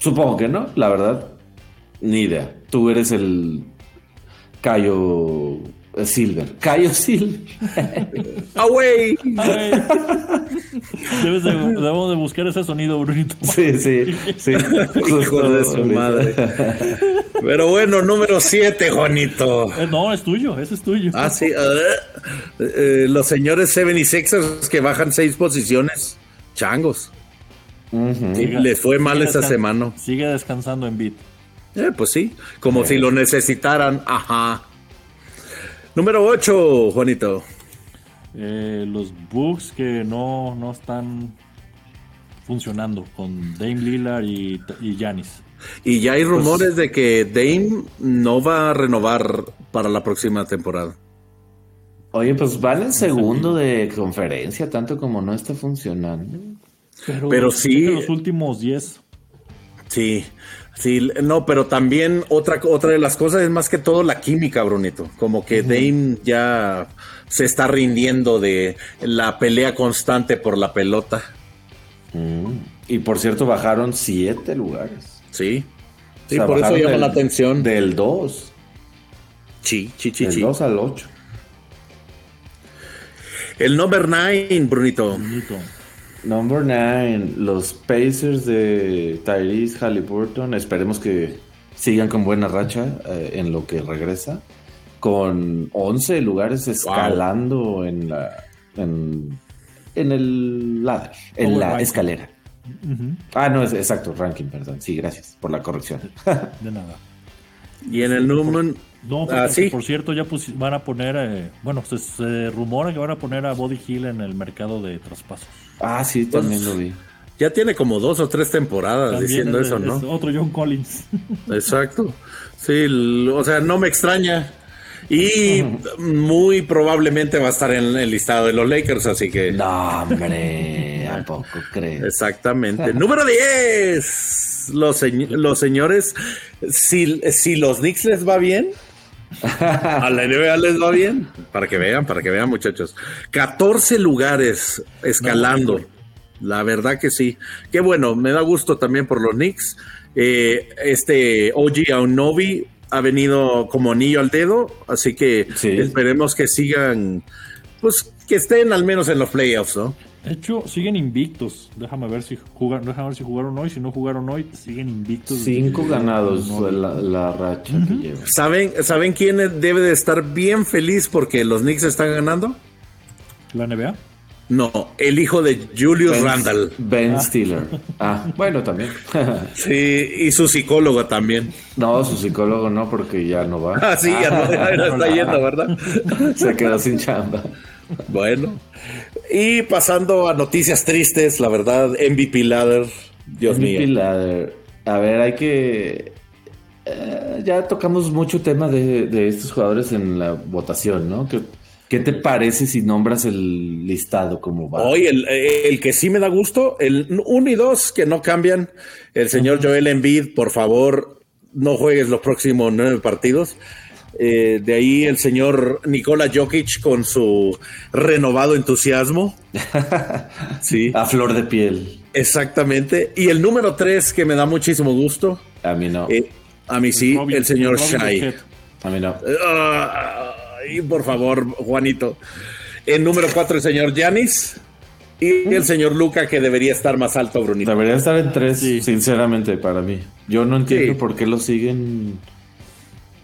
[SPEAKER 3] Supongo que no, la verdad. Ni idea. Tú eres el Cayo eh, Silver. Cayo Silver.
[SPEAKER 1] ¡Away!
[SPEAKER 2] Ay. Debes de- debemos de buscar ese sonido, Brunito.
[SPEAKER 3] Sí, sí, sí.
[SPEAKER 1] Hijo de su madre. Pero bueno, número 7, Juanito.
[SPEAKER 2] Eh, no, es tuyo, ese es tuyo.
[SPEAKER 1] Ah, sí. ah, eh, los señores 76ers que bajan seis posiciones. Changos.
[SPEAKER 3] Ujú.
[SPEAKER 1] Sí, les fue mal
[SPEAKER 2] sigue
[SPEAKER 1] esa
[SPEAKER 2] descan-
[SPEAKER 1] semana.
[SPEAKER 2] Sigue descansando en beat.
[SPEAKER 1] Eh, pues sí, como si lo necesitaran. Ajá. Número 8, Juanito.
[SPEAKER 2] Eh, los bugs que no, no están funcionando con Dame Lillard y, y Giannis.
[SPEAKER 1] Y ya
[SPEAKER 3] Pues
[SPEAKER 1] hay rumores de que Dame no va a renovar para la próxima temporada.
[SPEAKER 3] Oye, pues van en segundo de conferencia, tanto como no está funcionando.
[SPEAKER 2] Pero,
[SPEAKER 1] Pero
[SPEAKER 2] checa
[SPEAKER 1] sí-
[SPEAKER 2] Los últimos 10.
[SPEAKER 1] Sí, sí, no, pero también otra, otra de las cosas es más que todo la química, Brunito. Como que Dame ya se está rindiendo de la pelea constante por la pelota.
[SPEAKER 3] Mm. Y por cierto, bajaron siete lugares.
[SPEAKER 1] Sí, sí,
[SPEAKER 3] O sea,
[SPEAKER 1] por eso
[SPEAKER 3] bajaron
[SPEAKER 1] llama
[SPEAKER 3] del-
[SPEAKER 1] la atención.
[SPEAKER 3] Del 2,
[SPEAKER 1] sí, sí, sí,
[SPEAKER 3] del
[SPEAKER 1] sí.
[SPEAKER 3] 2 al 8.
[SPEAKER 1] El number nine, Brunito.
[SPEAKER 2] Bonito.
[SPEAKER 3] Number 9, los Pacers de Tyrese Halliburton. Esperemos que sigan con buena racha eh, en lo que regresa. Con 11 lugares escalando en la. En, en el ladder, en
[SPEAKER 2] Como
[SPEAKER 3] la
[SPEAKER 2] ranking.
[SPEAKER 3] escalera.
[SPEAKER 2] Ujú,
[SPEAKER 3] Ah, no, es exacto, ranking, perdón. Sí, gracias por la corrección.
[SPEAKER 2] De nada.
[SPEAKER 1] Y en el número.
[SPEAKER 2] No,
[SPEAKER 1] Ah,
[SPEAKER 2] porque,
[SPEAKER 1] sí.
[SPEAKER 2] por cierto, ya pusi- van a poner, eh, bueno, se, se rumora que van a poner a Body Hill en el mercado de traspasos.
[SPEAKER 3] Ah, sí, también lo vi.
[SPEAKER 1] Ya tiene como dos o tres temporadas
[SPEAKER 2] También
[SPEAKER 1] diciendo
[SPEAKER 2] es-
[SPEAKER 1] eso, ¿no?
[SPEAKER 2] es otro John Collins.
[SPEAKER 1] Exacto. Sí, l- o sea, no me extraña. Y muy probablemente va a estar en el listado de los Lakers, así
[SPEAKER 2] eh,
[SPEAKER 1] que.
[SPEAKER 3] No, hombre, ¿a poco crees?
[SPEAKER 1] Exactamente. Número 10. Los, señ- los señores, si, si los Knicks les va bien, a la NBA les va bien, para que vean, para que vean muchachos. 14 lugares escalando. La verdad que sí. Qué bueno, me da gusto también por los Knicks. Eh, este OG Aunobi ha venido como anillo al dedo, así que
[SPEAKER 3] Sí.
[SPEAKER 1] esperemos que sigan, pues que estén al menos en los playoffs, ¿no?
[SPEAKER 2] De hecho, siguen invictos. Déjame ver si jugaron, déjame ver si jugaron hoy. Si no jugaron hoy, siguen invictos. Eh,
[SPEAKER 3] Cinco ganados
[SPEAKER 2] No,
[SPEAKER 3] fue la, la racha que lleva.
[SPEAKER 1] ¿Saben, ¿Saben quién debe de estar bien feliz porque los Knicks están ganando?
[SPEAKER 2] La NBA.
[SPEAKER 1] No, el hijo de Julius Randall.
[SPEAKER 3] Ben Stiller. Ah, bueno, también.
[SPEAKER 1] Sí, y su psicólogo también.
[SPEAKER 3] No, su psicólogo no, porque ya no va.
[SPEAKER 1] Ah, sí, ya no, ya no está yendo, ¿verdad?
[SPEAKER 3] Se quedó sin chamba.
[SPEAKER 1] Bueno. Y pasando a noticias tristes, la verdad, MVP Ladder, Dios
[SPEAKER 3] MVP
[SPEAKER 1] mío.
[SPEAKER 3] Ladder. A ver, hay que. eh, ya tocamos mucho tema de, de estos jugadores en la votación, ¿no? ¿Qué, qué te parece si nombras el listado como va?
[SPEAKER 1] Hoy el, el que sí me da gusto, el 1 y 2 que no cambian, el señor Joel Embiid, por favor, no juegues los próximos nueve partidos. Eh, de ahí el señor Nikola Jokic con su renovado entusiasmo. Sí,
[SPEAKER 3] A flor de piel.
[SPEAKER 1] exactamente. Y el número 3 que me da muchísimo gusto,
[SPEAKER 3] A mí no.
[SPEAKER 1] eh, a mí sí,
[SPEAKER 2] Robin-
[SPEAKER 1] el señor
[SPEAKER 2] Robin
[SPEAKER 1] Shai.
[SPEAKER 2] Bouquet.
[SPEAKER 3] A mí no.
[SPEAKER 1] Ay, por favor, Juanito. El número 4, el señor Yanis. Y el señor Luca, que debería estar más alto, Brunito.
[SPEAKER 3] Debería estar en tres,
[SPEAKER 2] Sí.
[SPEAKER 3] sinceramente, para mí. Yo no entiendo
[SPEAKER 1] Sí.
[SPEAKER 3] por qué lo siguen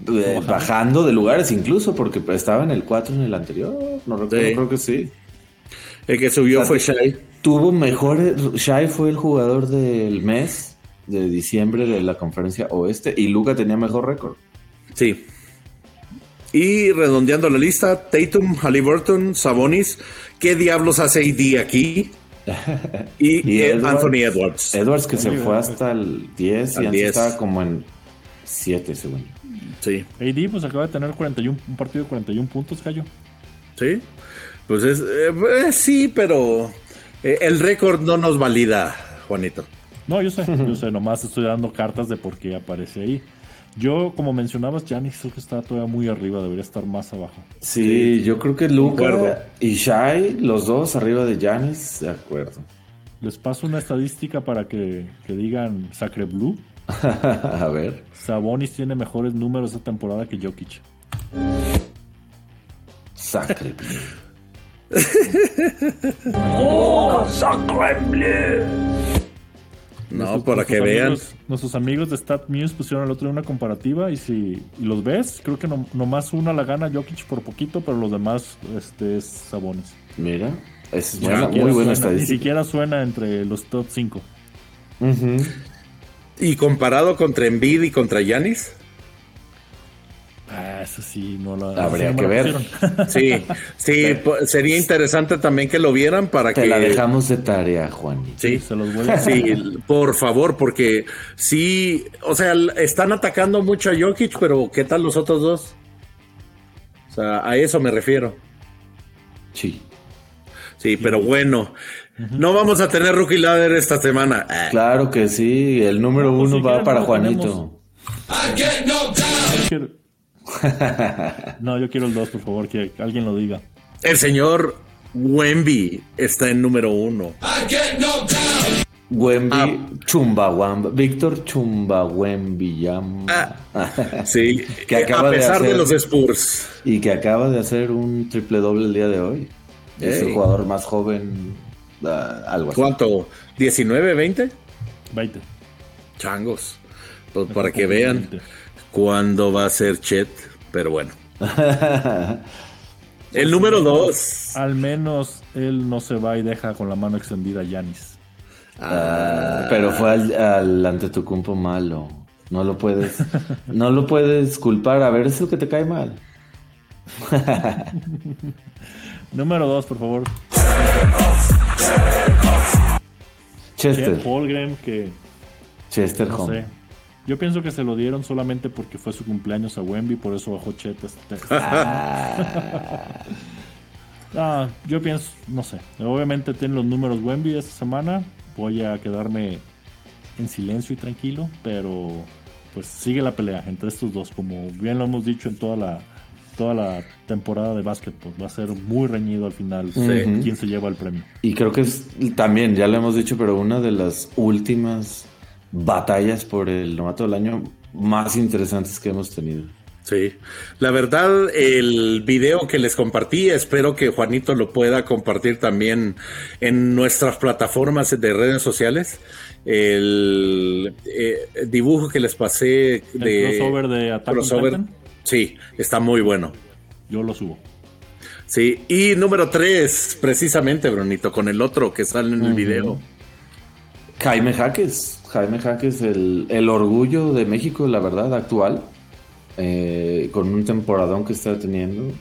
[SPEAKER 3] eh, bajando de lugares, incluso porque estaba en el 4 en el anterior. No recuerdo,
[SPEAKER 1] Sí.
[SPEAKER 3] creo que sí.
[SPEAKER 1] El que subió fue Shai.
[SPEAKER 3] Tuvo mejores. Shai fue el jugador del mes de diciembre de la conferencia oeste y Luca tenía mejor récord.
[SPEAKER 1] Sí. Y redondeando la lista, Tatum, Halliburton, Sabonis. ¿Qué diablos hace ID aquí? Y,
[SPEAKER 3] Y
[SPEAKER 1] eh,
[SPEAKER 3] Edwards.
[SPEAKER 1] Anthony Edwards.
[SPEAKER 3] Edwards que se
[SPEAKER 2] Muy
[SPEAKER 3] fue
[SPEAKER 2] bien.
[SPEAKER 3] hasta el 10
[SPEAKER 1] Al
[SPEAKER 3] y antes
[SPEAKER 1] 10.
[SPEAKER 3] estaba como en 7, según. yo.
[SPEAKER 1] Sí,
[SPEAKER 2] AD pues acaba de tener 41, un partido de 41 puntos, Cayo.
[SPEAKER 1] sí. Pues es. eh, eh, sí, pero eh, el récord no nos valida, Juanito.
[SPEAKER 2] No, yo sé, yo sé, nomás estoy dando cartas de por qué aparece ahí. Yo, como mencionabas, Janis creo que está todavía muy arriba, debería estar más abajo.
[SPEAKER 3] Sí, yo creo que
[SPEAKER 1] acuerdo.
[SPEAKER 3] Luca y Shai, los dos arriba de Giannis, de acuerdo.
[SPEAKER 2] Les paso una estadística para que, que digan Sacre Blue.
[SPEAKER 3] A ver.
[SPEAKER 2] Sabonis tiene mejores números esta temporada que Jokic.
[SPEAKER 3] Sacre.
[SPEAKER 1] No,
[SPEAKER 2] Nuestros-
[SPEAKER 1] para que
[SPEAKER 2] nuestros
[SPEAKER 1] vean.
[SPEAKER 2] amigos- nuestros amigos de StatMuse pusieron el otro día una comparativa y si y los ves, creo que no- nomás una la gana Jokic por poquito, pero los demás este, es Sabonis.
[SPEAKER 3] Mira, esa es
[SPEAKER 1] Ya,
[SPEAKER 3] buena-
[SPEAKER 1] ni
[SPEAKER 3] muy
[SPEAKER 2] Suena- ni
[SPEAKER 3] buena estadística.
[SPEAKER 2] siquiera suena entre los top 5.
[SPEAKER 3] Ujú.
[SPEAKER 1] Y comparado contra Embiid y contra Yanis.
[SPEAKER 2] Ah, eso sí, no la
[SPEAKER 3] Habría
[SPEAKER 2] sí, me
[SPEAKER 3] que
[SPEAKER 2] la
[SPEAKER 3] ver.
[SPEAKER 2] pusieron.
[SPEAKER 1] Sí, sí, po- sería interesante también que lo vieran para
[SPEAKER 3] Te
[SPEAKER 1] que.
[SPEAKER 3] la dejamos de tarea, Juan.
[SPEAKER 1] Sí,
[SPEAKER 2] Se los voy a
[SPEAKER 1] sí, por favor, porque sí, o sea, l- están atacando mucho a Jokic, pero ¿qué tal los otros dos? O sea, a eso me refiero.
[SPEAKER 3] Sí.
[SPEAKER 1] Sí, pero bueno, no vamos a tener Rookie Ladder esta semana. Ah,
[SPEAKER 3] Claro que sí, el número
[SPEAKER 2] Pues,
[SPEAKER 3] uno
[SPEAKER 2] si
[SPEAKER 3] va
[SPEAKER 2] quieren,
[SPEAKER 3] para
[SPEAKER 2] lo
[SPEAKER 3] Juanito.
[SPEAKER 2] Yo quiero- No, yo quiero el 2, por favor, que alguien lo diga.
[SPEAKER 1] El señor Wemby está en número uno.
[SPEAKER 3] Wemby
[SPEAKER 1] Ah.
[SPEAKER 3] Chumbawamba, Víctor
[SPEAKER 1] Ah.
[SPEAKER 3] Chumbawembiyamba.
[SPEAKER 1] Sí,
[SPEAKER 3] Que
[SPEAKER 1] eh,
[SPEAKER 3] acaba
[SPEAKER 1] a
[SPEAKER 3] de
[SPEAKER 1] pesar de,
[SPEAKER 3] hacer-
[SPEAKER 1] los Spurs.
[SPEAKER 3] Y que acaba de hacer un triple doble el día de hoy. Es
[SPEAKER 1] Ey.
[SPEAKER 3] el jugador más joven, ah, algo así.
[SPEAKER 1] ¿Cuánto? ¿19, 20?
[SPEAKER 2] 20.
[SPEAKER 1] Changos. Pues para que vean cuándo va a ser Chet, pero bueno. El número dos.
[SPEAKER 2] Al menos él no se va y deja con la mano extendida a Yanis.
[SPEAKER 3] Ah, pero fue al, al Antetokounmpo malo. No lo puedes, no lo puedes culpar. A ver, es el que te cae mal.
[SPEAKER 2] Número 2, por favor.
[SPEAKER 3] Chester.
[SPEAKER 2] Chet Holgren, que
[SPEAKER 3] Chester
[SPEAKER 2] pues, no
[SPEAKER 3] Home.
[SPEAKER 2] sé. Yo pienso que se lo dieron solamente porque fue su cumpleaños a Wemby, por eso bajó Chet. este-
[SPEAKER 3] Ah,
[SPEAKER 2] Ah, yo pienso, no sé. Obviamente tiene los números Wemby esta semana. Voy a quedarme en silencio y tranquilo, pero pues sigue la pelea entre estos dos, como bien lo hemos dicho en toda la toda la temporada de básquetbol. Va a ser muy reñido al final
[SPEAKER 1] Sí.
[SPEAKER 2] quién se lleva el premio.
[SPEAKER 3] y creo que es también, ya lo hemos dicho, pero una de las últimas batallas por el novato del año más interesantes que hemos tenido.
[SPEAKER 1] Sí, la verdad, el video que les compartí, espero que Juanito lo pueda compartir también en nuestras plataformas de redes sociales. El eh, dibujo que les pasé
[SPEAKER 2] El
[SPEAKER 1] de
[SPEAKER 2] crossover de Attack on
[SPEAKER 1] crossover,
[SPEAKER 2] Titan,
[SPEAKER 1] sí, está muy bueno.
[SPEAKER 2] yo lo subo.
[SPEAKER 1] Sí, y número tres, precisamente, Brunito, con el otro que sale en el video.
[SPEAKER 3] Jaime Jaques, Jaime Jaques, el, el orgullo de México, la verdad, actual, eh, con un temporadón que está teniendo,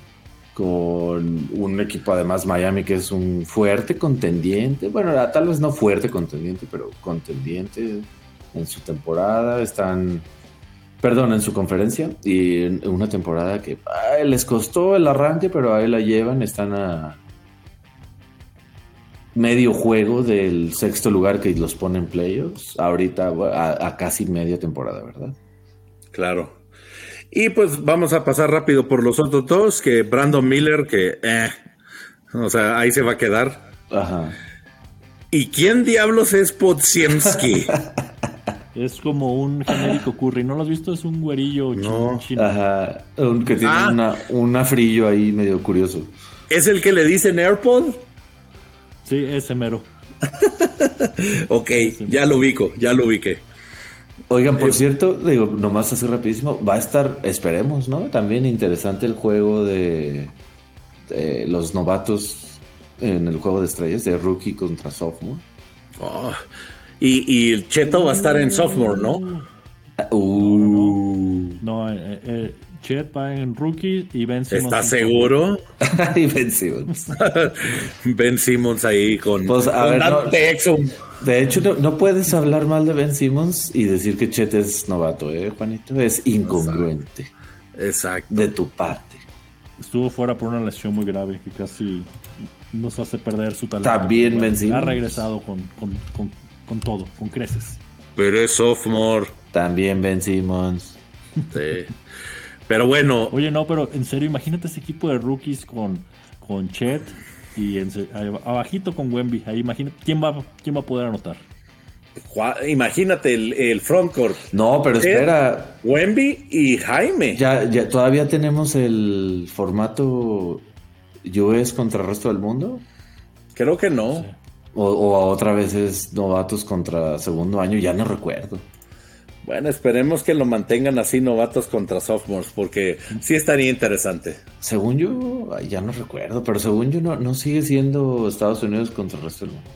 [SPEAKER 3] con un equipo además Miami que es un fuerte contendiente, bueno, tal vez no fuerte contendiente, pero contendiente en su temporada, están, perdón, en su conferencia, y en una temporada que ay, les costó el arranque, pero ahí la llevan, están a medio juego del sexto lugar que los pone en playoffs, ahorita bueno, a, a casi media temporada, ¿verdad?
[SPEAKER 1] Claro. Y pues vamos a pasar rápido por los otros dos, que Brandon Miller, que, eh, o sea, ahí se va a quedar.
[SPEAKER 3] Ajá.
[SPEAKER 1] ¿Y quién diablos es Podziemski?
[SPEAKER 2] Es como un genérico Curry, ¿no lo has visto? Es un güerillo chino.
[SPEAKER 1] No,
[SPEAKER 2] chino.
[SPEAKER 3] Ajá, un- que tiene
[SPEAKER 1] Ah.
[SPEAKER 3] una, un afrillo ahí medio curioso.
[SPEAKER 1] ¿Es el que le dicen AirPod?
[SPEAKER 2] Sí, ese mero.
[SPEAKER 1] Ok, ya lo ubico, ya lo ubiqué.
[SPEAKER 3] Oigan, por cierto, digo, nomás así rapidísimo, va a estar, esperemos, ¿no? También interesante el juego de, de los novatos en el juego de estrellas, de rookie contra sophomore.
[SPEAKER 1] Oh, Y, y el Cheto va a estar en sophomore, ¿no?
[SPEAKER 3] Ah, Uh,
[SPEAKER 2] No, eh, eh, Chet va en rookie y Ben Simmons
[SPEAKER 1] ¿Estás
[SPEAKER 2] en-
[SPEAKER 1] seguro?
[SPEAKER 3] y Ben Simmons.
[SPEAKER 1] Ben Simmons ahí con,
[SPEAKER 3] Pues, a
[SPEAKER 1] con
[SPEAKER 3] ver, no-
[SPEAKER 1] Dante Exum.
[SPEAKER 3] De hecho, no, no puedes hablar mal de Ben Simmons y decir que Chet es novato, ¿eh, Juanito? Es incongruente
[SPEAKER 1] Exacto.
[SPEAKER 3] de tu parte.
[SPEAKER 2] Estuvo fuera por una lesión muy grave que casi nos hace perder su talento.
[SPEAKER 3] También
[SPEAKER 2] Bueno,
[SPEAKER 3] Ben Simmons.
[SPEAKER 2] Ha regresado con, con, con- con todo, con creces.
[SPEAKER 1] Pero es sophomore.
[SPEAKER 3] También Ben Simmons.
[SPEAKER 1] sí. Pero bueno,
[SPEAKER 2] Oye, no, pero en serio, imagínate ese equipo de rookies con, con Chet y en se- ahí- abajito con Wemby. Ahí imagínate, ¿quién va, ¿quién va a poder anotar?
[SPEAKER 1] Ju- imagínate el, el frontcourt.
[SPEAKER 3] No, pero
[SPEAKER 1] ¿Qué?
[SPEAKER 3] espera.
[SPEAKER 1] Wemby y Jaime.
[SPEAKER 3] Ya, ya todavía tenemos el formato US contra el resto del mundo.
[SPEAKER 1] Creo que no.
[SPEAKER 3] O, o otra vez es novatos contra segundo año, ya no recuerdo.
[SPEAKER 1] Bueno, esperemos que lo mantengan así novatos contra sophomores, porque sí estaría interesante.
[SPEAKER 3] Según yo, ay, ya no recuerdo, pero según yo no, no sigue siendo Estados Unidos contra el resto del mundo.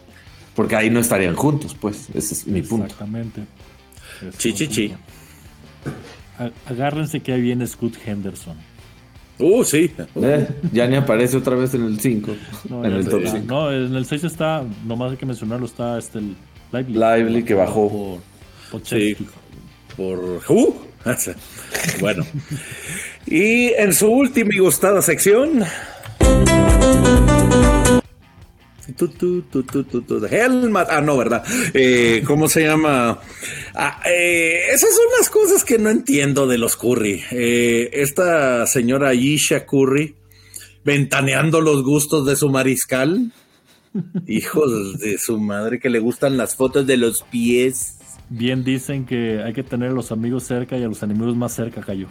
[SPEAKER 3] Porque ahí no estarían juntos, pues. Ese es mi punto.
[SPEAKER 2] Exactamente. Es
[SPEAKER 1] Chi, chi,
[SPEAKER 2] un
[SPEAKER 1] chi.
[SPEAKER 2] punto. A- Agárrense que ahí viene Scott Henderson.
[SPEAKER 1] Uh, sí.
[SPEAKER 3] Eh, ya ni aparece otra vez en el 5.
[SPEAKER 2] No,
[SPEAKER 3] en
[SPEAKER 2] ya
[SPEAKER 3] el
[SPEAKER 2] no
[SPEAKER 3] top
[SPEAKER 2] está.
[SPEAKER 3] 5.
[SPEAKER 2] No, en el 6 está, nomás hay que mencionarlo, está este el Lively.
[SPEAKER 3] Lively que bajó.
[SPEAKER 2] Pochevsky.
[SPEAKER 1] Por. Uh, bueno. Y en su última y gustada sección. Tu, tu, tu, tu, tu, tu, Helmat. Ah, no, ¿verdad? Eh, ¿Cómo se llama? Ah, eh, esas son las cosas que no entiendo de los Curry. Eh, esta señora Isha Curry ventaneando los gustos de su mariscal. Hijos de su madre que le gustan las fotos de los pies.
[SPEAKER 2] Bien dicen que hay que tener a los amigos cerca y a los enemigos más cerca, Cayo.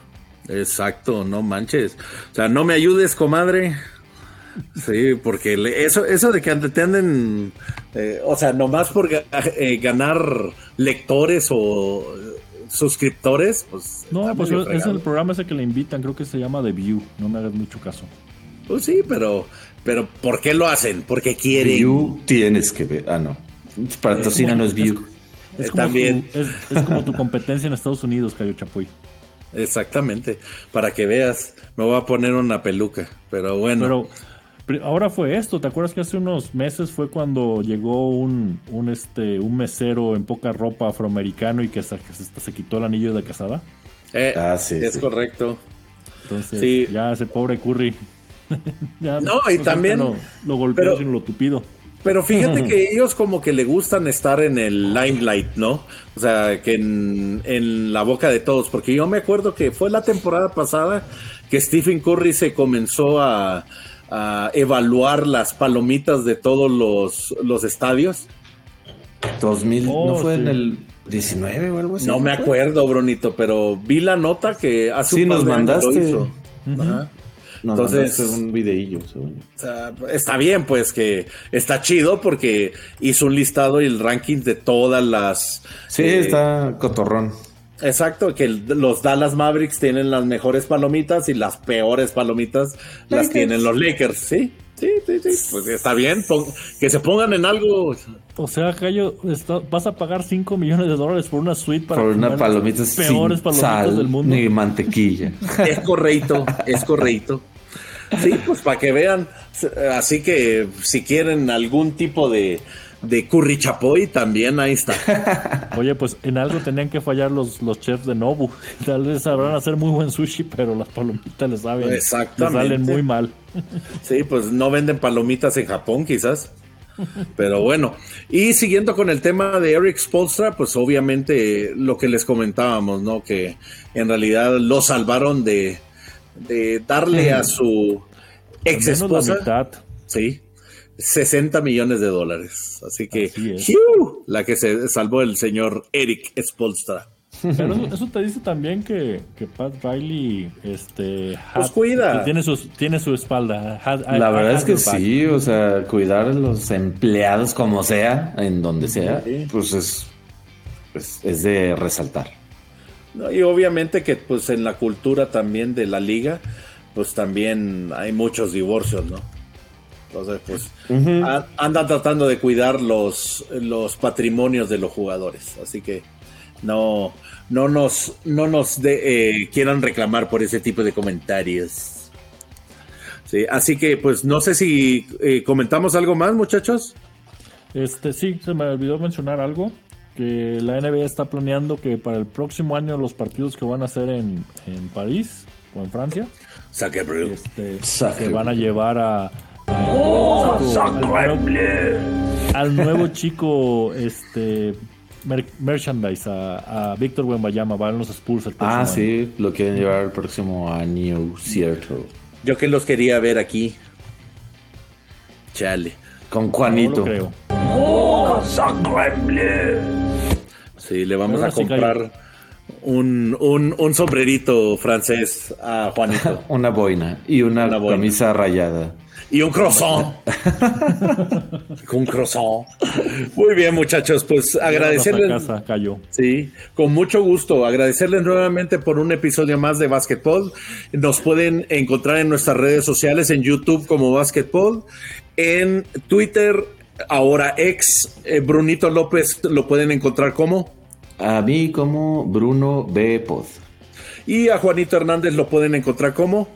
[SPEAKER 1] Exacto, no manches. O sea, no me ayudes, comadre. Sí, porque le- eso, eso de que ande- te anden, eh, o sea, nomás por ga- eh, ganar lectores o eh, suscriptores, pues.
[SPEAKER 2] No,
[SPEAKER 1] está
[SPEAKER 2] pues
[SPEAKER 1] medio
[SPEAKER 2] es es el
[SPEAKER 1] fregado.
[SPEAKER 2] programa ese que le invitan, creo que se llama The View, no me hagas mucho caso.
[SPEAKER 1] Pues sí, pero, pero ¿por qué lo hacen? Porque quieren.
[SPEAKER 3] View tienes que ver. Ah, no. Patrocínanos View.
[SPEAKER 2] Es
[SPEAKER 1] Eh,
[SPEAKER 2] como,
[SPEAKER 1] también.
[SPEAKER 2] Tu, es, es como tu competencia en Estados Unidos, Cayo Chapuy.
[SPEAKER 1] Exactamente. Para que veas, me voy a poner una peluca. Pero bueno,
[SPEAKER 2] Pero, pero, Pri- Ahora fue esto, ¿te acuerdas que hace unos meses fue cuando llegó un, un, este, un mesero en poca ropa afroamericano y que se, que se, se quitó el anillo de casada?
[SPEAKER 1] Eh,
[SPEAKER 3] Ah, sí,
[SPEAKER 1] es
[SPEAKER 3] sí.
[SPEAKER 1] correcto.
[SPEAKER 2] Entonces,
[SPEAKER 1] Sí.
[SPEAKER 2] ya ese pobre Curry. Ya,
[SPEAKER 1] No, y
[SPEAKER 2] pues,
[SPEAKER 1] también-
[SPEAKER 2] Lo, lo golpeó,
[SPEAKER 1] pero-
[SPEAKER 2] sino lo tupido.
[SPEAKER 1] Pero fíjate que ellos como que le gustan estar en el limelight, ¿no? O sea, que en, en la boca de todos, porque yo me acuerdo que fue la temporada pasada que Stephen Curry se comenzó a, a evaluar las palomitas de todos los, los estadios.
[SPEAKER 3] 2000, ¿no
[SPEAKER 2] Oh,
[SPEAKER 3] fue
[SPEAKER 2] sí.
[SPEAKER 3] en el 19 o algo así?
[SPEAKER 1] No me
[SPEAKER 3] fue?
[SPEAKER 1] acuerdo, Bronito, pero vi la nota que hace
[SPEAKER 3] Sí,
[SPEAKER 1] un par
[SPEAKER 3] nos
[SPEAKER 1] de años lo
[SPEAKER 3] mandaste.
[SPEAKER 1] hizo.
[SPEAKER 2] Ujú.
[SPEAKER 1] Ajá.
[SPEAKER 3] Nos
[SPEAKER 1] Entonces-
[SPEAKER 3] mandaste un videillo, según yo.
[SPEAKER 1] O sea, está bien, pues que está chido porque hizo un listado y el ranking de todas las.
[SPEAKER 3] Sí,
[SPEAKER 1] eh,
[SPEAKER 3] está cotorrón.
[SPEAKER 1] Exacto, que el- los Dallas Mavericks tienen las mejores palomitas y las peores palomitas las
[SPEAKER 3] Lakers.
[SPEAKER 1] tienen los Lakers, ¿sí? Sí, sí, sí. Pues está bien, pon- que se pongan en algo.
[SPEAKER 2] O sea, Cayo, está- vas a pagar 5 millones de dólares por una suite para
[SPEAKER 3] Por una
[SPEAKER 2] comer las
[SPEAKER 3] palomita sin
[SPEAKER 2] peores palomitas
[SPEAKER 3] sal
[SPEAKER 2] del mundo.
[SPEAKER 3] ni mantequilla.
[SPEAKER 1] Es correcto, es correcto. Sí, pues para que vean. Así que si quieren algún tipo de, de curry chapoy, también ahí está.
[SPEAKER 2] Oye, pues en algo tenían que fallar los, los chefs de Nobu. Tal vez sabrán hacer muy buen sushi, pero las palomitas les saben. les
[SPEAKER 1] Exactamente.
[SPEAKER 2] salen muy mal.
[SPEAKER 1] Sí, pues no venden palomitas en Japón, quizás. Pero bueno, y siguiendo con el tema de Eric Spolstra, pues obviamente lo que les comentábamos, ¿no? Que en realidad lo salvaron de, de darle a su ex
[SPEAKER 2] Al menos la
[SPEAKER 1] esposa,
[SPEAKER 2] mitad.
[SPEAKER 1] sí, 60 millones de dólares. Así que,
[SPEAKER 2] Así es.
[SPEAKER 1] ¡hiu! la que se salvó el señor Eric Spolstra.
[SPEAKER 2] Pero eso, eso te dice también que, que Pat Riley este,
[SPEAKER 1] Pues cuida.
[SPEAKER 2] Tiene, sus, tiene su espalda. Had-
[SPEAKER 3] La
[SPEAKER 2] had-
[SPEAKER 3] verdad
[SPEAKER 2] had
[SPEAKER 3] es que
[SPEAKER 2] her back.
[SPEAKER 3] sí, o sea, cuidar a los empleados como sea, en donde sea,
[SPEAKER 1] Sí.
[SPEAKER 3] pues es, pues es de resaltar.
[SPEAKER 1] No, y obviamente que pues en la cultura también de la liga, pues también hay muchos divorcios, ¿no? Entonces, pues a- andan tratando de cuidar los, los patrimonios de los jugadores. Así que no, no nos, no nos de- eh, quieran reclamar por ese tipo de comentarios. Sí, así que pues no sé si eh, comentamos algo más, muchachos.
[SPEAKER 2] Este, sí, se me olvidó mencionar algo. Que la NBA está planeando que para el próximo año los partidos que van a hacer en, en París o en Francia
[SPEAKER 1] Saque
[SPEAKER 2] este,
[SPEAKER 3] Sacre.
[SPEAKER 2] que van a llevar a, a- al, nuevo- al nuevo chico este mer- merchandise a, a Víctor Wembayama van los Spurs el próximo
[SPEAKER 3] Ah,
[SPEAKER 2] año.
[SPEAKER 3] sí, lo quieren llevar al próximo año, cierto.
[SPEAKER 1] Yo que los quería ver aquí. Chale.
[SPEAKER 3] Con
[SPEAKER 2] no
[SPEAKER 3] Juanito.
[SPEAKER 2] lo creo
[SPEAKER 1] Sí, le vamos
[SPEAKER 2] Ahora
[SPEAKER 1] a
[SPEAKER 2] sí
[SPEAKER 1] comprar un, un, un sombrerito francés a Juanito.
[SPEAKER 3] Una boina y una,
[SPEAKER 1] Una boina.
[SPEAKER 3] camisa rayada.
[SPEAKER 1] Y un croissant. un croissant. Muy bien, muchachos. Pues
[SPEAKER 2] Vamos
[SPEAKER 1] agradecerles.
[SPEAKER 2] a casa, cayó
[SPEAKER 1] Sí, con mucho gusto. Agradecerles nuevamente por un episodio más de Basketball. Nos pueden encontrar en nuestras redes sociales, en YouTube como Basketball, en Twitter, ahora ex, eh, Brunito López, lo pueden encontrar como.
[SPEAKER 3] A mí como Bruno B. Pod.
[SPEAKER 1] Y a Juanito Hernández lo pueden encontrar como.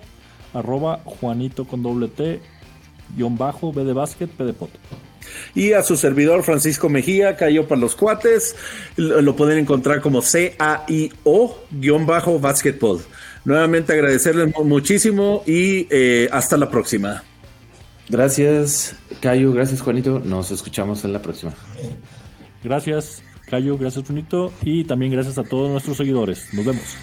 [SPEAKER 2] arroba Juanito con doble T guión bajo B de básquet P de pot
[SPEAKER 1] Y a su servidor Francisco Mejía, Cayo para los cuates, lo, lo pueden encontrar como CAIO-Basketball. Nuevamente agradecerles mu- muchísimo y eh, hasta la próxima.
[SPEAKER 3] Gracias, Cayo. Gracias, Juanito. Nos escuchamos en la próxima.
[SPEAKER 2] gracias Cayo gracias Junito y también gracias a todos nuestros seguidores nos vemos